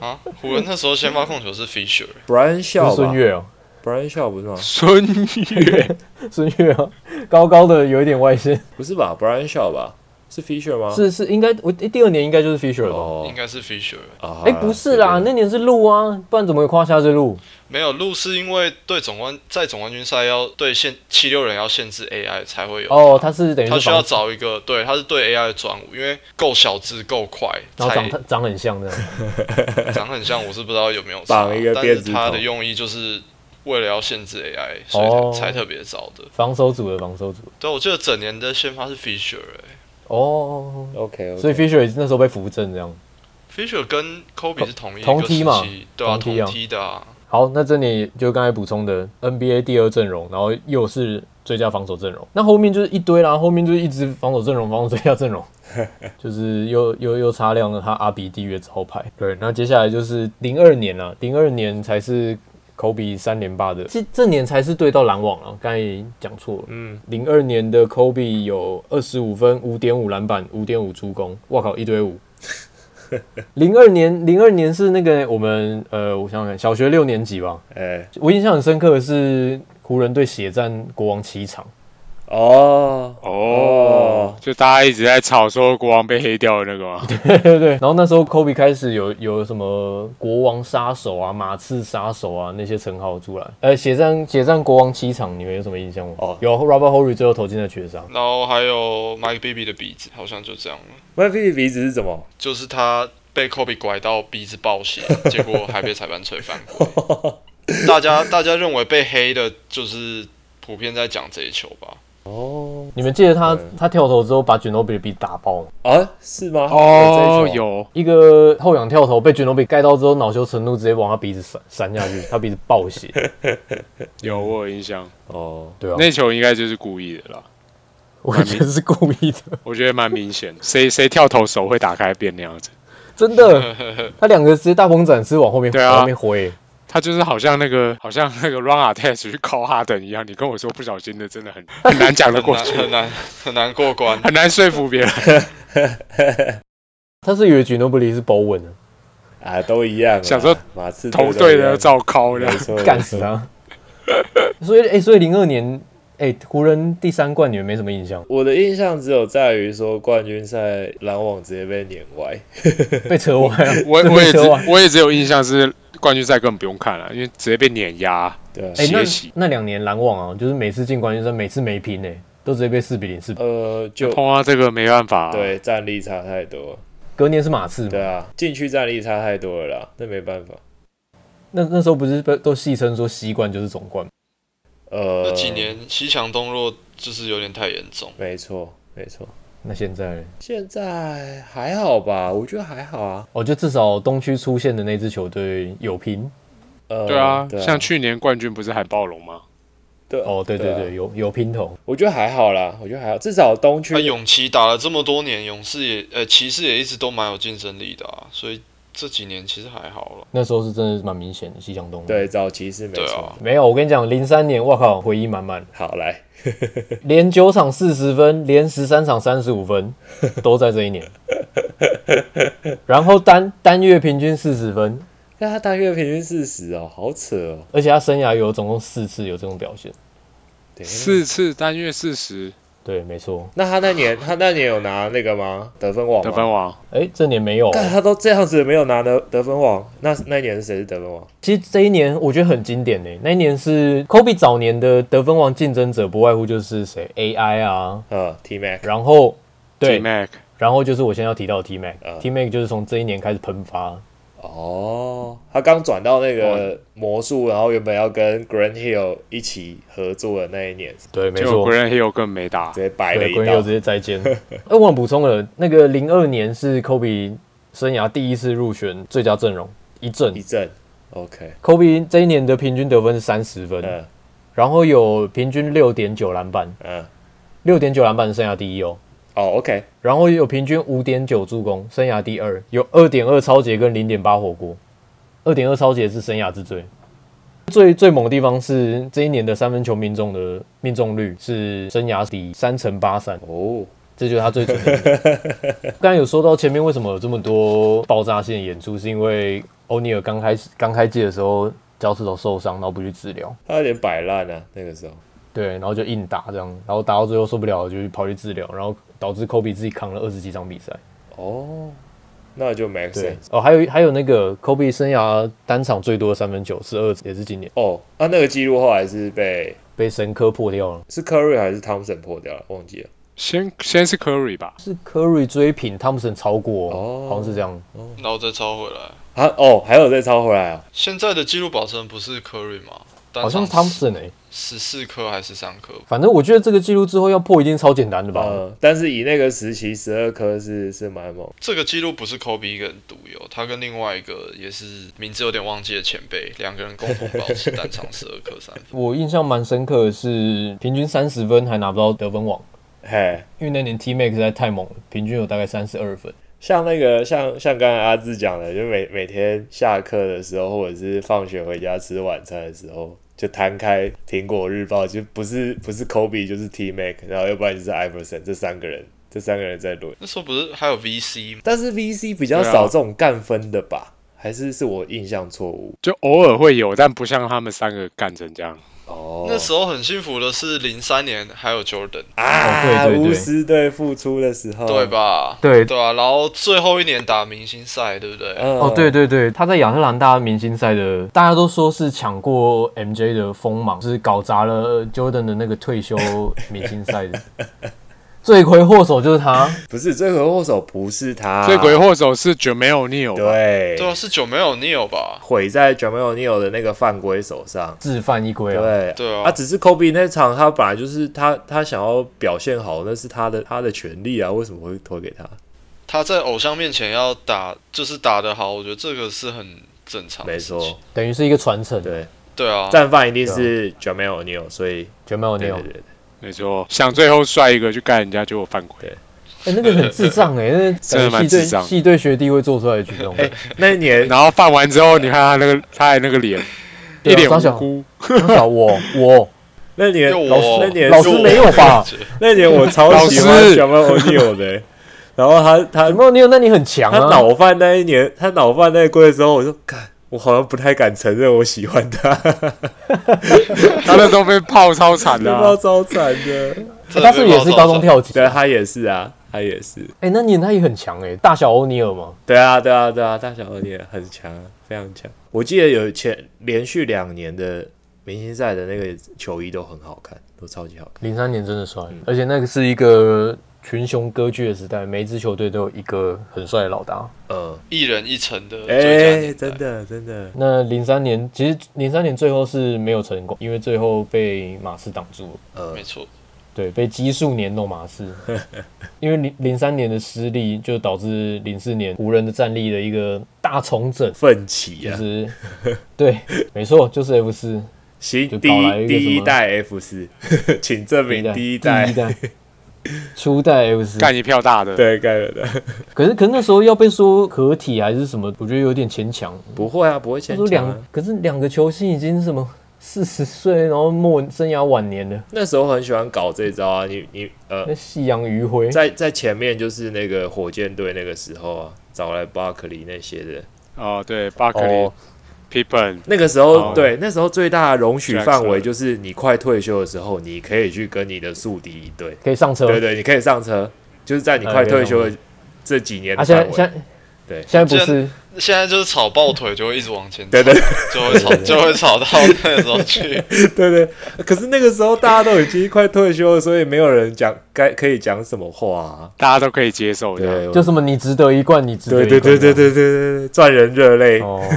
[SPEAKER 4] 啊，湖人那时候先发控球是 Fisher，
[SPEAKER 3] Brian
[SPEAKER 1] 不是
[SPEAKER 3] Shaw
[SPEAKER 1] 孙
[SPEAKER 3] 吧
[SPEAKER 1] 悦哦，
[SPEAKER 3] ？Brian Shaw 不是吗？
[SPEAKER 2] 孙悦
[SPEAKER 1] 孙悦啊，高高的有一点外线，
[SPEAKER 3] 不是吧？Brian Shaw 吧？是 Fisher 吗？
[SPEAKER 1] 是是应该我诶第二年应该就是 Fisher 了吧。
[SPEAKER 3] 啊哦
[SPEAKER 4] 应，该是 Fisher。
[SPEAKER 3] 啊
[SPEAKER 1] 哎、不是啦，
[SPEAKER 3] 对
[SPEAKER 1] 那年是路啊，不然怎么有胯下之路？
[SPEAKER 4] 没有路是因为对总冠在总冠军赛要对限七六人要限制 AI 才会有
[SPEAKER 1] 哦，他是等于
[SPEAKER 4] 他
[SPEAKER 1] 是
[SPEAKER 4] 需要
[SPEAKER 1] 防，
[SPEAKER 4] 找一个对，他是对 AI 的专武，因为够小只够快，
[SPEAKER 1] 然后长
[SPEAKER 4] 才
[SPEAKER 1] 他长很像这样。
[SPEAKER 4] 长很像，我是不知道有没有
[SPEAKER 3] 绑
[SPEAKER 4] 差
[SPEAKER 3] 一个
[SPEAKER 4] 但
[SPEAKER 3] 辫
[SPEAKER 4] 是
[SPEAKER 3] 子
[SPEAKER 4] 他
[SPEAKER 3] 头
[SPEAKER 4] 的用意就是为了要限制 AI，所以才,、
[SPEAKER 1] 哦
[SPEAKER 4] 才特别找的。
[SPEAKER 1] 防守组的防守组
[SPEAKER 4] 对，我记得整年的先发是 Fisher，、欸、
[SPEAKER 1] 哦，
[SPEAKER 3] 对 OK，
[SPEAKER 1] 所以 Fisher 那时候被扶正这样。
[SPEAKER 4] Fisher 跟 Kobe 是同一个
[SPEAKER 1] 同梯嘛
[SPEAKER 4] 时期对啊，
[SPEAKER 1] 同梯啊
[SPEAKER 4] 同梯的啊。
[SPEAKER 1] 好，那这里就刚才补充的 NBA 第二阵容，然后又是最佳防守阵容，那后面就是一堆啦，后面就是一直防守阵容，防守最佳阵容，就是又又又擦亮了他阿比缔约招牌。对，那接下来就是零二年了，零二年才是。科比三连霸的，这这年才是对到篮网了。刚才也讲错了，
[SPEAKER 3] 嗯，
[SPEAKER 1] 零二年的科比有二十五分、五点五篮板、五点五助攻，哇靠，一堆五。零二年，零二年是那个我们呃，我想想看，小学六年级吧。
[SPEAKER 3] 哎
[SPEAKER 1] 我印象很深刻的是湖人队血战国王七场，
[SPEAKER 3] 哦
[SPEAKER 2] 哦，就大家一直在吵说国王被黑掉的那个 嘛。
[SPEAKER 1] 对对对。然后那时候科比开始有有什么国王杀手啊、马刺杀手啊那些称号出来。呃，血战血战国王七场，你们有什么印象吗？
[SPEAKER 3] 哦
[SPEAKER 1] 有 Robert Horry 最后投进了绝杀。
[SPEAKER 4] 然后还有 Mike Bibby 的鼻子，好像就这样了，
[SPEAKER 3] ，My B 鼻子是什么？
[SPEAKER 4] 就是他被 Kobe 拐到鼻子爆血， 结果还被裁判吹犯规。大家大家认为被黑的，就是普遍在讲这一球吧。
[SPEAKER 3] 哦
[SPEAKER 1] 你们记得他
[SPEAKER 3] 对
[SPEAKER 1] 他跳投之后把 Ginobili 给打爆吗？
[SPEAKER 3] 啊，是吗？
[SPEAKER 2] 哦，
[SPEAKER 3] 这一球
[SPEAKER 2] 有
[SPEAKER 1] 一个后仰跳投被 Ginobili 盖到之后，恼羞成怒直接往他鼻子闪闪下去，他鼻子爆血。
[SPEAKER 2] 有我有印象，
[SPEAKER 3] 哦，
[SPEAKER 1] 对啊，
[SPEAKER 2] 那球应该就是故意的啦。
[SPEAKER 1] 我觉得是故意的，
[SPEAKER 2] 我觉得蛮明显，谁谁跳投手会打开变那样子，
[SPEAKER 1] 真的。他两个直接大鹏展翅往后面
[SPEAKER 2] 对啊
[SPEAKER 1] 往后面挥。
[SPEAKER 2] 他就是好像那个好像那个 Run a t e s t 去靠哈登一样，你跟我说不小心的，真的很很难讲得
[SPEAKER 4] 很
[SPEAKER 2] 过
[SPEAKER 4] 难
[SPEAKER 2] 去，
[SPEAKER 4] 很难很难过 关。
[SPEAKER 2] 很难说服别人。
[SPEAKER 1] 他是以为 Ginobili 是 Bowen 的，
[SPEAKER 3] 啊，都一样啊。
[SPEAKER 2] 想说
[SPEAKER 3] 马刺
[SPEAKER 2] 同队的
[SPEAKER 3] 照
[SPEAKER 2] 照靠的
[SPEAKER 3] 没，错，，
[SPEAKER 1] 干死他。 所以哎、所以零二年哎、湖人第三冠你们没什么印象
[SPEAKER 3] 我的印象只有在于说冠军赛篮网直接被碾歪，
[SPEAKER 1] 被扯歪了。
[SPEAKER 2] 我
[SPEAKER 1] 真的
[SPEAKER 2] 我 也只
[SPEAKER 1] 扯
[SPEAKER 3] 啊
[SPEAKER 1] 歪。
[SPEAKER 2] 我也只有印象是冠军赛根本不用看了，因为直接被碾压。
[SPEAKER 3] 对啊，
[SPEAKER 1] 哎、那
[SPEAKER 2] 血洗
[SPEAKER 1] 那两年篮网啊，就是每次进冠军赛，每次没拼哎、都直接被四比零四比。
[SPEAKER 3] 呃，就
[SPEAKER 2] 碰到这个没办法、，啊
[SPEAKER 3] 对战力差太多，
[SPEAKER 1] 隔年是马刺嘛，
[SPEAKER 3] 对啊，禁区战力差太多了啦，那没办法。
[SPEAKER 1] 那那时候不是被都戏称说西冠就是总冠，
[SPEAKER 3] 呃，
[SPEAKER 4] 那几年西强东弱就是有点太严重。
[SPEAKER 3] 没错没错，
[SPEAKER 1] 那现在呢
[SPEAKER 3] 现在还好吧，我觉得还好啊。
[SPEAKER 1] 哦，就至少东区出现的那支球队有拼，
[SPEAKER 3] 呃，
[SPEAKER 2] 对啊，
[SPEAKER 3] 对
[SPEAKER 2] 像去年冠军不是海暴龙吗？
[SPEAKER 3] 对
[SPEAKER 1] 哦，对对
[SPEAKER 3] 啊
[SPEAKER 1] 对，有有拼头，
[SPEAKER 3] 我觉得还好啦，我觉得还好，至少东区
[SPEAKER 4] 那、啊勇骑打了这么多年，勇士也呃骑士也一直都蛮有竞争力的啊，所以这几年其实还好了。
[SPEAKER 1] 那时候是真的是蛮明显的西向东路。
[SPEAKER 3] 对早期是没
[SPEAKER 4] 对
[SPEAKER 3] 错
[SPEAKER 4] 啊。，
[SPEAKER 1] 没有，我跟你讲，零三年，我靠，回忆满满，
[SPEAKER 3] 好来，
[SPEAKER 1] 连九场四十分，连十三场三十五 分，都在这一年。然后单单月平均四十分，
[SPEAKER 3] 那他大约平均四十哦，好扯哦。
[SPEAKER 1] 而且他生涯有总共四次有这种表现。
[SPEAKER 3] 对，
[SPEAKER 2] 四次单月四十
[SPEAKER 1] 对，没错。
[SPEAKER 3] 那他那年他那年有拿那个吗？得分王吗？
[SPEAKER 2] 得分王，
[SPEAKER 1] 哎，这年没有哦、
[SPEAKER 3] 但他都这样子没有拿得得分王，那那一年是谁是得分王？
[SPEAKER 1] 其实这一年我觉得很经典呢、那一年是 Kobe 早年的得分王竞争者，不外乎就是谁 AI 啊，
[SPEAKER 3] 呃，T Mac，
[SPEAKER 1] 然后
[SPEAKER 2] T
[SPEAKER 1] 对，
[SPEAKER 2] Mac 啊
[SPEAKER 1] 然后就是我现在要提到的 T Mac，T、
[SPEAKER 3] 嗯
[SPEAKER 1] Mac 就是从这一年开始喷发，
[SPEAKER 3] 哦，他刚转到那个魔术，然后原本要跟 Grant Hill 一起合作的那一年，直
[SPEAKER 1] 对，没
[SPEAKER 2] 结
[SPEAKER 1] 错
[SPEAKER 2] 果 g，r a n Hill 更没打，
[SPEAKER 3] 接摆了
[SPEAKER 1] 对，
[SPEAKER 3] 一
[SPEAKER 1] 龟
[SPEAKER 3] 道
[SPEAKER 1] 又直。接再见。 哎，忘了补充了，那个零二年是 Kobe 生涯第一次入选最佳阵容，一阵
[SPEAKER 3] 一阵，OK，
[SPEAKER 1] Kobe 这一年的平均得分是三十分，
[SPEAKER 3] 嗯
[SPEAKER 1] 然后有平均六点九篮板，
[SPEAKER 3] 嗯，
[SPEAKER 1] 六点九篮板是生涯第一哦。
[SPEAKER 3] 哦，OK，
[SPEAKER 1] 然后有平均五点九助攻，生涯第二，有二点二超节跟零点八火锅，二点二超节是生涯之最。最最猛的地方是这一年的三分球命中的命中率是生涯第三乘八三，
[SPEAKER 3] 哦，
[SPEAKER 1] 这就是他最准的一 年。刚才有说到前面为什么有这么多爆炸性的演出，是因为欧尼尔刚开始刚开季的时候脚趾头受伤，然后不去治疗，
[SPEAKER 3] 他有点摆烂啊，那个时候，
[SPEAKER 1] 对，然后就硬打这样，然后打到最后受不了就去跑去治疗，然后导致科比自己扛了二十几场比赛。
[SPEAKER 3] 哦，那就 make
[SPEAKER 1] 对
[SPEAKER 3] sense。
[SPEAKER 1] 哦，还有还有那个 Kobe 生涯单场最多的三分球是二，也是今年
[SPEAKER 3] 哦，那那个记录后来是被
[SPEAKER 1] 被神科破掉了，
[SPEAKER 3] 是 Curry 还是 Thompson 破掉了，忘记了。
[SPEAKER 2] 先先是 Curry 吧，
[SPEAKER 1] 是 Curry 追平汤普森超过，
[SPEAKER 3] 哦
[SPEAKER 1] 好像是这样。
[SPEAKER 4] 然后再抄回来，
[SPEAKER 3] 啊，哦，还有再抄回来啊，
[SPEAKER 4] 现在的纪录保持人不是 Curry 吗？
[SPEAKER 1] 好像是汤普森哎，
[SPEAKER 4] 十四颗还是三颗？
[SPEAKER 1] 反正我觉得这个记录之后要破一定超简单的吧。
[SPEAKER 3] 呃，但是以那个时期十二颗是是蛮猛，
[SPEAKER 4] 这个记录不是 Kobe 一个人独有，他跟另外一个也是名字有点忘记的前辈，两个人共同保持单场十二颗三分。
[SPEAKER 1] 我印象蛮深刻的是，平均三十分还拿不到得分王，
[SPEAKER 3] 嘿，
[SPEAKER 1] 因为那年 T Mac 实在太猛了，平均有大概三十二分。
[SPEAKER 3] 像那个像像刚才阿志讲的，就每每天下课的时候，或者是放学回家吃晚餐的时候，就摊开《苹果日报》，就不是不是 Kobe 就是 T Mac，然后要不然就是 Iverson 这三个人，这三个人在轮。
[SPEAKER 4] 那时候不是还有 VC 吗？
[SPEAKER 3] 但是 VC 比较
[SPEAKER 2] 对啊
[SPEAKER 3] 少这种干分的吧？还是是我印象错误？
[SPEAKER 2] 就偶尔会有，但不像他们三个干成这样。
[SPEAKER 3] 哦，
[SPEAKER 4] 那时候很幸福的是零三年还有 Jordan，、
[SPEAKER 3] 啊，
[SPEAKER 1] 哦对对对
[SPEAKER 3] 巫师队复出的时候，
[SPEAKER 4] 对？吧？
[SPEAKER 1] 哦对
[SPEAKER 4] 对啊，然后最后一年打明星赛，对不对？
[SPEAKER 3] 嗯、
[SPEAKER 1] 哦，对对对，他在亚特兰大明星赛的，大家都说是抢过 MJ 的锋芒，就是搞砸了 Jordan 的那个退休明星赛 的。罪魁祸首就是他，
[SPEAKER 3] 不是罪魁祸首，不是
[SPEAKER 1] 啊
[SPEAKER 3] 他，
[SPEAKER 2] 罪魁祸首是 Jamal Neal，吧
[SPEAKER 3] 对
[SPEAKER 4] 对啊，是九没有 Neil 吧？
[SPEAKER 3] 毁在 Jamal Neal 的那个犯规手上。
[SPEAKER 1] 自犯一规啊！
[SPEAKER 3] 对
[SPEAKER 4] 对啊
[SPEAKER 3] 只是 Kobe 那场，他本来就是他，他想要表现好，那是他的他的权利啊，为什么会推给他？
[SPEAKER 4] 他在偶像面前要打，就是打得好，我觉得这个是很正常
[SPEAKER 3] 没
[SPEAKER 4] 的事情。
[SPEAKER 3] 错，
[SPEAKER 1] 等于是一个传承。
[SPEAKER 3] 对，
[SPEAKER 4] 对啊，
[SPEAKER 3] 战犯一定是 Jamal Neal，所以
[SPEAKER 1] Jamal
[SPEAKER 3] 对
[SPEAKER 1] Neal，
[SPEAKER 3] 对对，
[SPEAKER 2] 没错，想最后帅一个去干人家，结果犯规。
[SPEAKER 1] 哎，那个很智障哎，那
[SPEAKER 2] 真
[SPEAKER 1] 感觉
[SPEAKER 2] 的蛮
[SPEAKER 1] 系队
[SPEAKER 2] 智障
[SPEAKER 1] 系队学弟会做出来的举动。
[SPEAKER 3] 哎、那一年
[SPEAKER 2] 然后犯完之后，你看他那个 他的那个脸，
[SPEAKER 1] 对
[SPEAKER 2] 一
[SPEAKER 1] 啊
[SPEAKER 2] 脸
[SPEAKER 1] 张小
[SPEAKER 2] 无辜。
[SPEAKER 1] 小我我
[SPEAKER 3] 那年
[SPEAKER 4] 就
[SPEAKER 3] 老师
[SPEAKER 4] 我
[SPEAKER 3] 那年
[SPEAKER 1] 老
[SPEAKER 3] 是
[SPEAKER 1] 师
[SPEAKER 3] 我
[SPEAKER 1] 没有吧
[SPEAKER 3] 那年我超喜欢
[SPEAKER 2] 老师
[SPEAKER 3] Jamal Neal 的、然后他他
[SPEAKER 1] 啊，Jamal Neal，那你很强
[SPEAKER 3] 他
[SPEAKER 1] 啊！
[SPEAKER 3] 脑犯那一年，他脑犯那一规的时候，我就看我好像不太敢承认我喜欢他，
[SPEAKER 2] 他那时候被泡超惨
[SPEAKER 3] 他
[SPEAKER 2] 的、
[SPEAKER 3] 妈
[SPEAKER 2] 啊，
[SPEAKER 3] 超惨的。
[SPEAKER 1] 哎 他是不是也是高中跳级？
[SPEAKER 3] 对他也是啊，他也是。
[SPEAKER 1] 哎，那年他也很强哎，大小欧尼尔嘛，
[SPEAKER 3] 对啊，对啊，对啊，大小二也很强啊，非常强。我记得有前连续两年的明星赛的那个球衣都很好看，都超级好看。
[SPEAKER 1] 零三年真的帅，
[SPEAKER 3] 嗯
[SPEAKER 1] 而且那个是一个群雄割据的时代，每一支球队都有一个很帅的老大。
[SPEAKER 3] 嗯，
[SPEAKER 4] 一人一城的
[SPEAKER 3] 哎、
[SPEAKER 4] 最佳年代
[SPEAKER 3] 真的真的，
[SPEAKER 1] 那零三年其实零三年最后是没有成功，因为最后被马刺挡住了。
[SPEAKER 3] 呃
[SPEAKER 4] 没，错，
[SPEAKER 1] 对，被奇数年弄马 刺，因为零零三年的失利，就导致零四年湖人的战力的一个大重整，
[SPEAKER 3] 奋起
[SPEAKER 1] 就
[SPEAKER 3] 啊！
[SPEAKER 1] 是对，没错，就是 F 四
[SPEAKER 3] 行，
[SPEAKER 1] 就
[SPEAKER 3] 第
[SPEAKER 1] 搞来一
[SPEAKER 3] 一
[SPEAKER 1] 个
[SPEAKER 3] 第
[SPEAKER 1] 什
[SPEAKER 3] 一
[SPEAKER 1] 么
[SPEAKER 3] 代 F 四， 请证明 第
[SPEAKER 1] 第
[SPEAKER 3] 一
[SPEAKER 1] 一代，
[SPEAKER 3] 代
[SPEAKER 1] 第一代初代 F 四，
[SPEAKER 2] 干一票大的，
[SPEAKER 3] 对盖了的，
[SPEAKER 1] 可是可是那时候要被说合体还是什么，我觉得有点牵强。
[SPEAKER 3] 不会啊，不会
[SPEAKER 1] 他
[SPEAKER 3] 先
[SPEAKER 1] 说
[SPEAKER 3] 讲
[SPEAKER 1] 两
[SPEAKER 3] 啊。，
[SPEAKER 1] 可是两个球星已经什么 四十岁，然后末生涯晚年了，
[SPEAKER 3] 那时候很喜欢搞这招啊，你你呃
[SPEAKER 1] 那，夕阳余晖，
[SPEAKER 3] 在在前面就是那个火箭队那个时候啊，找来巴克利那些的，
[SPEAKER 2] 哦，对，巴克利
[SPEAKER 1] 哦、
[SPEAKER 2] Pippen，
[SPEAKER 3] 那个时候
[SPEAKER 2] 哦
[SPEAKER 3] 对，那时候最大的容许
[SPEAKER 2] Jackson
[SPEAKER 3] 范围就是你快退休的时候，你可以去跟你的宿敌一对，
[SPEAKER 1] 可以上车。
[SPEAKER 3] 对对，你可以上车，就是在你
[SPEAKER 1] 哎
[SPEAKER 3] 快
[SPEAKER 1] 可以
[SPEAKER 3] 退
[SPEAKER 1] 上
[SPEAKER 3] 休的这几年
[SPEAKER 1] 啊，
[SPEAKER 3] 的
[SPEAKER 1] 现在
[SPEAKER 3] 范
[SPEAKER 1] 现
[SPEAKER 3] 围，
[SPEAKER 1] 在
[SPEAKER 3] 对
[SPEAKER 1] 现在不是
[SPEAKER 4] 现在就是炒抱腿就会一直往前，
[SPEAKER 3] 对对，
[SPEAKER 4] 就会炒就会炒到那个时候去。
[SPEAKER 3] 对对，可是那个时候大家都已经快退休了，所以没有人讲该可以讲什么话、啊。
[SPEAKER 2] 大家都可以接受这样。
[SPEAKER 3] 对，
[SPEAKER 1] 就什么你值得一冠，你值得
[SPEAKER 3] 对
[SPEAKER 1] 一冠
[SPEAKER 3] 对对对
[SPEAKER 1] 这样
[SPEAKER 3] 对对对，赚人热泪。
[SPEAKER 1] 哦。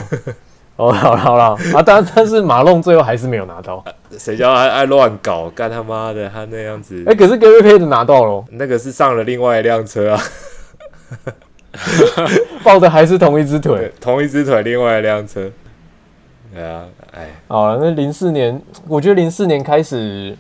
[SPEAKER 1] 哦，好了好了啊，但但是马龙最后还是没有拿到，
[SPEAKER 3] 谁叫他爱乱搞？干他妈的，他那样子
[SPEAKER 1] 哎、，可是 Gary Payton 拿到了，哦
[SPEAKER 3] 那个是上了另外一辆车啊，
[SPEAKER 1] 抱的还是同一只
[SPEAKER 3] 对
[SPEAKER 1] 腿。，
[SPEAKER 3] 同一只腿，另外一辆车。对啊，哎，
[SPEAKER 1] 好了，那零四年，我觉得零四年开始，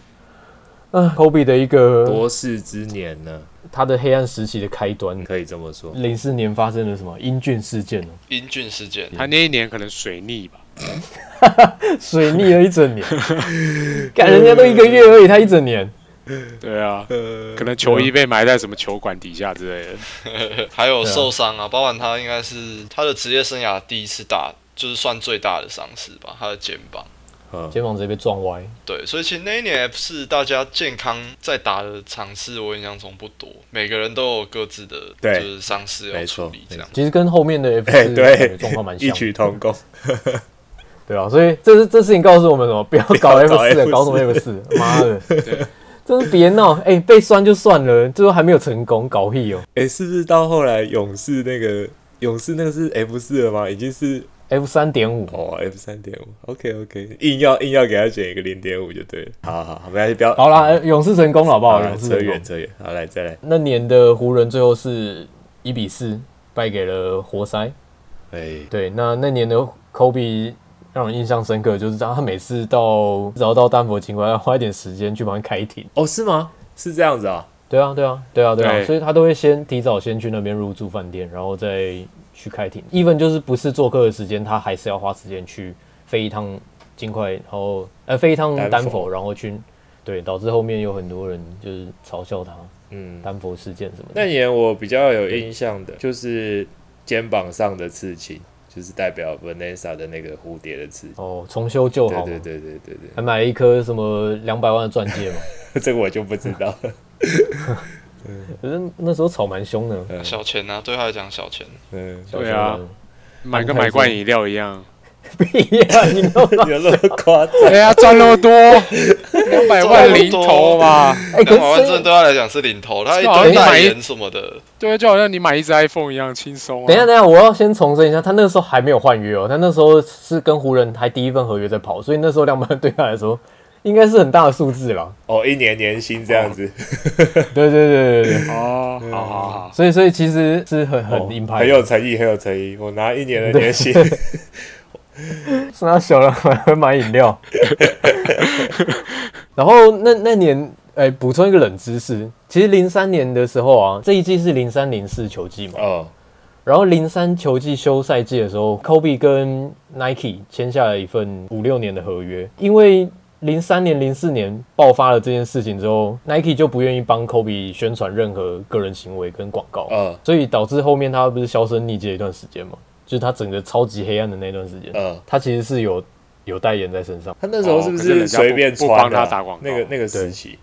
[SPEAKER 1] 啊，Kobe 的一个
[SPEAKER 3] 多事之年呢，
[SPEAKER 1] 他的黑暗时期的开端。
[SPEAKER 3] 可以这么说。
[SPEAKER 1] 零四年发生了什么英俊事件呢？
[SPEAKER 4] 英俊事件，
[SPEAKER 2] 他那一年可能水逆吧，
[SPEAKER 1] 水逆了一整年， 干人家都一个月而已，他一整年。
[SPEAKER 2] 对啊，
[SPEAKER 3] 呃，
[SPEAKER 2] 可能球衣被埋在什么球馆底下之类的。
[SPEAKER 4] 还有
[SPEAKER 1] 对啊
[SPEAKER 4] 受伤啊，包含他应该是他的职业生涯第一次大，就是算最大的伤势吧，他的肩膀。
[SPEAKER 3] 嗯
[SPEAKER 1] 肩膀直接被撞歪。
[SPEAKER 4] 对，所以其实那一年 F 四大家健康在打的场次，我印象中不多，每个人都有各自的
[SPEAKER 3] 对
[SPEAKER 4] 就是伤势要
[SPEAKER 3] 没错
[SPEAKER 4] 处理这样。
[SPEAKER 1] 其实跟后面的 F
[SPEAKER 3] 哎，
[SPEAKER 1] 四
[SPEAKER 3] 对
[SPEAKER 1] 状况蛮，像
[SPEAKER 3] 异
[SPEAKER 1] 的，
[SPEAKER 3] 曲同工。
[SPEAKER 1] 对啊，所以这是这事情告诉我们什 么？不要搞
[SPEAKER 3] 不要
[SPEAKER 1] F
[SPEAKER 3] 搞
[SPEAKER 1] 四，啊
[SPEAKER 3] F4
[SPEAKER 1] 搞什么 F 四？ 妈的，真是别闹！哎、被酸就算了，最后还没有成功，搞屁哦、
[SPEAKER 3] 哎，是不是到后来勇士那个勇士那个是 F 四了吗？已经是
[SPEAKER 1] F 三点五，
[SPEAKER 3] 哦，F 三点五，OK OK，硬要硬要给他减一个零点五就对了。好好好，没关系，不要
[SPEAKER 1] 好啦，哎勇士成功了，好不
[SPEAKER 3] 好
[SPEAKER 1] 好？
[SPEAKER 3] 啦
[SPEAKER 1] 勇士
[SPEAKER 3] 扯
[SPEAKER 1] 成功
[SPEAKER 3] 远。扯远，好来再来，
[SPEAKER 1] 那年的湖人最后是一比四败给了活塞。
[SPEAKER 3] 哎，
[SPEAKER 1] 对，那那年的 Kobe 让人印象深刻，就是他每次到只要到丹佛情况，要花一点时间去帮他开庭。
[SPEAKER 3] 哦是吗？是这样子啊，
[SPEAKER 1] 对啊，对啊，对啊，对啊，
[SPEAKER 2] 对
[SPEAKER 1] 所以他都会先提早先去那边入住饭店，然后再去开庭。even 就是不是做客的时间，他还是要花时间去飞一趟金块，然后呃飞一趟
[SPEAKER 3] 丹
[SPEAKER 1] 丹
[SPEAKER 3] 佛
[SPEAKER 1] 佛，然后去对，导致后面有很多人就是嘲笑他
[SPEAKER 3] 嗯，
[SPEAKER 1] 丹佛事件什么的。
[SPEAKER 3] 那年我比较有印象的就是肩膀上的刺青，就是代表 Vanessa 的那个蝴蝶的刺青。
[SPEAKER 1] 哦，重修旧
[SPEAKER 3] 对
[SPEAKER 1] 好嘛，
[SPEAKER 3] 对对对对
[SPEAKER 1] 还买了一颗什么两百万的钻戒嘛，
[SPEAKER 3] 对，这个我就不知道。
[SPEAKER 1] 可是那时候吵蛮凶的。
[SPEAKER 3] 嗯
[SPEAKER 4] 小钱啊，对他来讲小钱，
[SPEAKER 3] 嗯，
[SPEAKER 1] 小
[SPEAKER 2] 对
[SPEAKER 1] 时候
[SPEAKER 2] 啊
[SPEAKER 1] 的，
[SPEAKER 2] 买跟买罐饮料一样。
[SPEAKER 1] 屁呀、你那么
[SPEAKER 3] 有那么夸张？
[SPEAKER 2] 对啊，赚那么多，两百万零头嘛。
[SPEAKER 1] 哎，可
[SPEAKER 4] 两百
[SPEAKER 1] 是
[SPEAKER 4] 万真的
[SPEAKER 1] 生
[SPEAKER 4] 对他来讲是领头，他一
[SPEAKER 2] 是啊
[SPEAKER 4] 堆代
[SPEAKER 2] 你买
[SPEAKER 4] 言什么的，
[SPEAKER 2] 对啊，就好像你买一只 iPhone 一样轻松啊。
[SPEAKER 1] 等一下，等一下，我要先重申一下，他那时候还没有换约哦，他那时候是跟湖人还第一份合约在跑，所以那时候两百万对他来说应该是很大的数字 了。
[SPEAKER 3] 哦，一年年薪这样子，
[SPEAKER 1] 对对对对对，
[SPEAKER 2] 哦，好好好，
[SPEAKER 1] 所以所以其实是很很
[SPEAKER 3] 哦
[SPEAKER 1] 硬派的，
[SPEAKER 3] 很有诚意，很有诚意。我拿一年的年薪，
[SPEAKER 1] 是他小了买买饮料。然后那那年，哎，补充一个冷知识，其实零三年的时候啊，这一季是零三零四球季嘛，
[SPEAKER 3] 哦，
[SPEAKER 1] 然后零三球季休赛季的时候，Kobe 跟 Nike 签下了一份五六年的合约，因为零三年、零四年爆发了这件事情之后，Nike 就不愿意帮 Kobe 宣传任何个人行为跟广告，
[SPEAKER 3] 嗯
[SPEAKER 1] 所以导致后面他不是销声匿迹了一段时间嘛，就是他整个超级黑暗的那段时间，
[SPEAKER 3] 嗯。
[SPEAKER 1] 他其实是有有代言在身上。
[SPEAKER 3] 他那时候是不
[SPEAKER 2] 哦可是人家不
[SPEAKER 3] 随便穿、啊、
[SPEAKER 2] 不帮他打广告
[SPEAKER 3] 那个那个时期，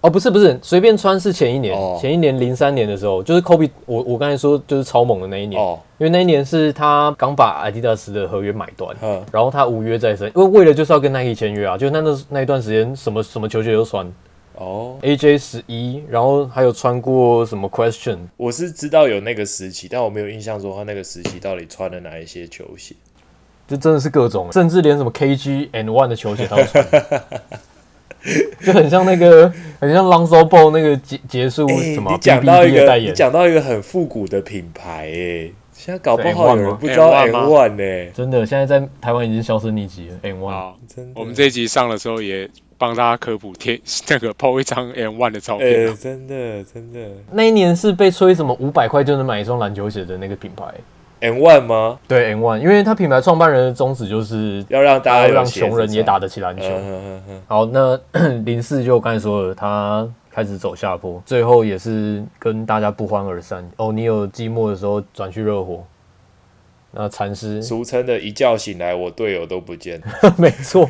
[SPEAKER 1] 哦，不是不是，随便穿是前一年，
[SPEAKER 3] 哦
[SPEAKER 1] 前一年零三年的时候，就是 Kobe，我我刚才说就是超猛的那一年，
[SPEAKER 3] 哦，
[SPEAKER 1] 因为那一年是他刚把 Adidas 的合约买断，
[SPEAKER 3] 嗯，
[SPEAKER 1] 然后他无约在身，因为为了就是要跟 Nike 签约啊，就那那那一段时间什么什么球鞋都穿
[SPEAKER 3] 哦，
[SPEAKER 1] AJ 十一，然后还有穿过什么 Question，
[SPEAKER 3] 我是知道有那个时期，但我没有印象说他那个时期到底穿了哪一些球鞋。
[SPEAKER 1] 就真的是各种， 甚至连什么 KG and One 的球鞋他都穿，就很像那个很像 Lonzo Ball 那个结结束
[SPEAKER 3] 哎
[SPEAKER 1] 哦什么
[SPEAKER 3] 你讲到一
[SPEAKER 1] BBD 的
[SPEAKER 3] 个，
[SPEAKER 1] 代
[SPEAKER 3] 你
[SPEAKER 1] 言，
[SPEAKER 3] 讲到一个很复古的品牌诶、现在搞不
[SPEAKER 1] 是 M1
[SPEAKER 3] 好有人
[SPEAKER 1] 吗
[SPEAKER 3] 不知
[SPEAKER 2] M1
[SPEAKER 3] 道 M
[SPEAKER 2] 吗
[SPEAKER 3] One 呢、
[SPEAKER 1] 真的现在在台湾已经销声匿迹了。N One
[SPEAKER 2] 好，
[SPEAKER 3] 真的，
[SPEAKER 2] 我们这一集上的时候也帮大家科普贴那个 PO 一张 M One 的照
[SPEAKER 3] 哎、
[SPEAKER 2] 片啊、
[SPEAKER 3] 真的真的
[SPEAKER 1] 那一年是被吹什么五百块就能买一双篮球鞋的那个品牌，
[SPEAKER 3] M One 吗？
[SPEAKER 1] 对 N One，因为他品牌创办人的宗旨就是
[SPEAKER 3] 要让大
[SPEAKER 1] 要
[SPEAKER 3] 家有
[SPEAKER 1] 让
[SPEAKER 3] 鞋子
[SPEAKER 1] 穷人也
[SPEAKER 3] 穿
[SPEAKER 1] 打得起篮
[SPEAKER 3] 嗯
[SPEAKER 1] 球。
[SPEAKER 3] 嗯嗯嗯，
[SPEAKER 1] 好，那 零四就我刚才说了，他开始走下坡，最后也是跟大家不欢而散。哦，你有寂寞的时候转去热火，那禅师
[SPEAKER 3] 俗称的一觉醒来，我队友都不见 了。
[SPEAKER 1] 没错，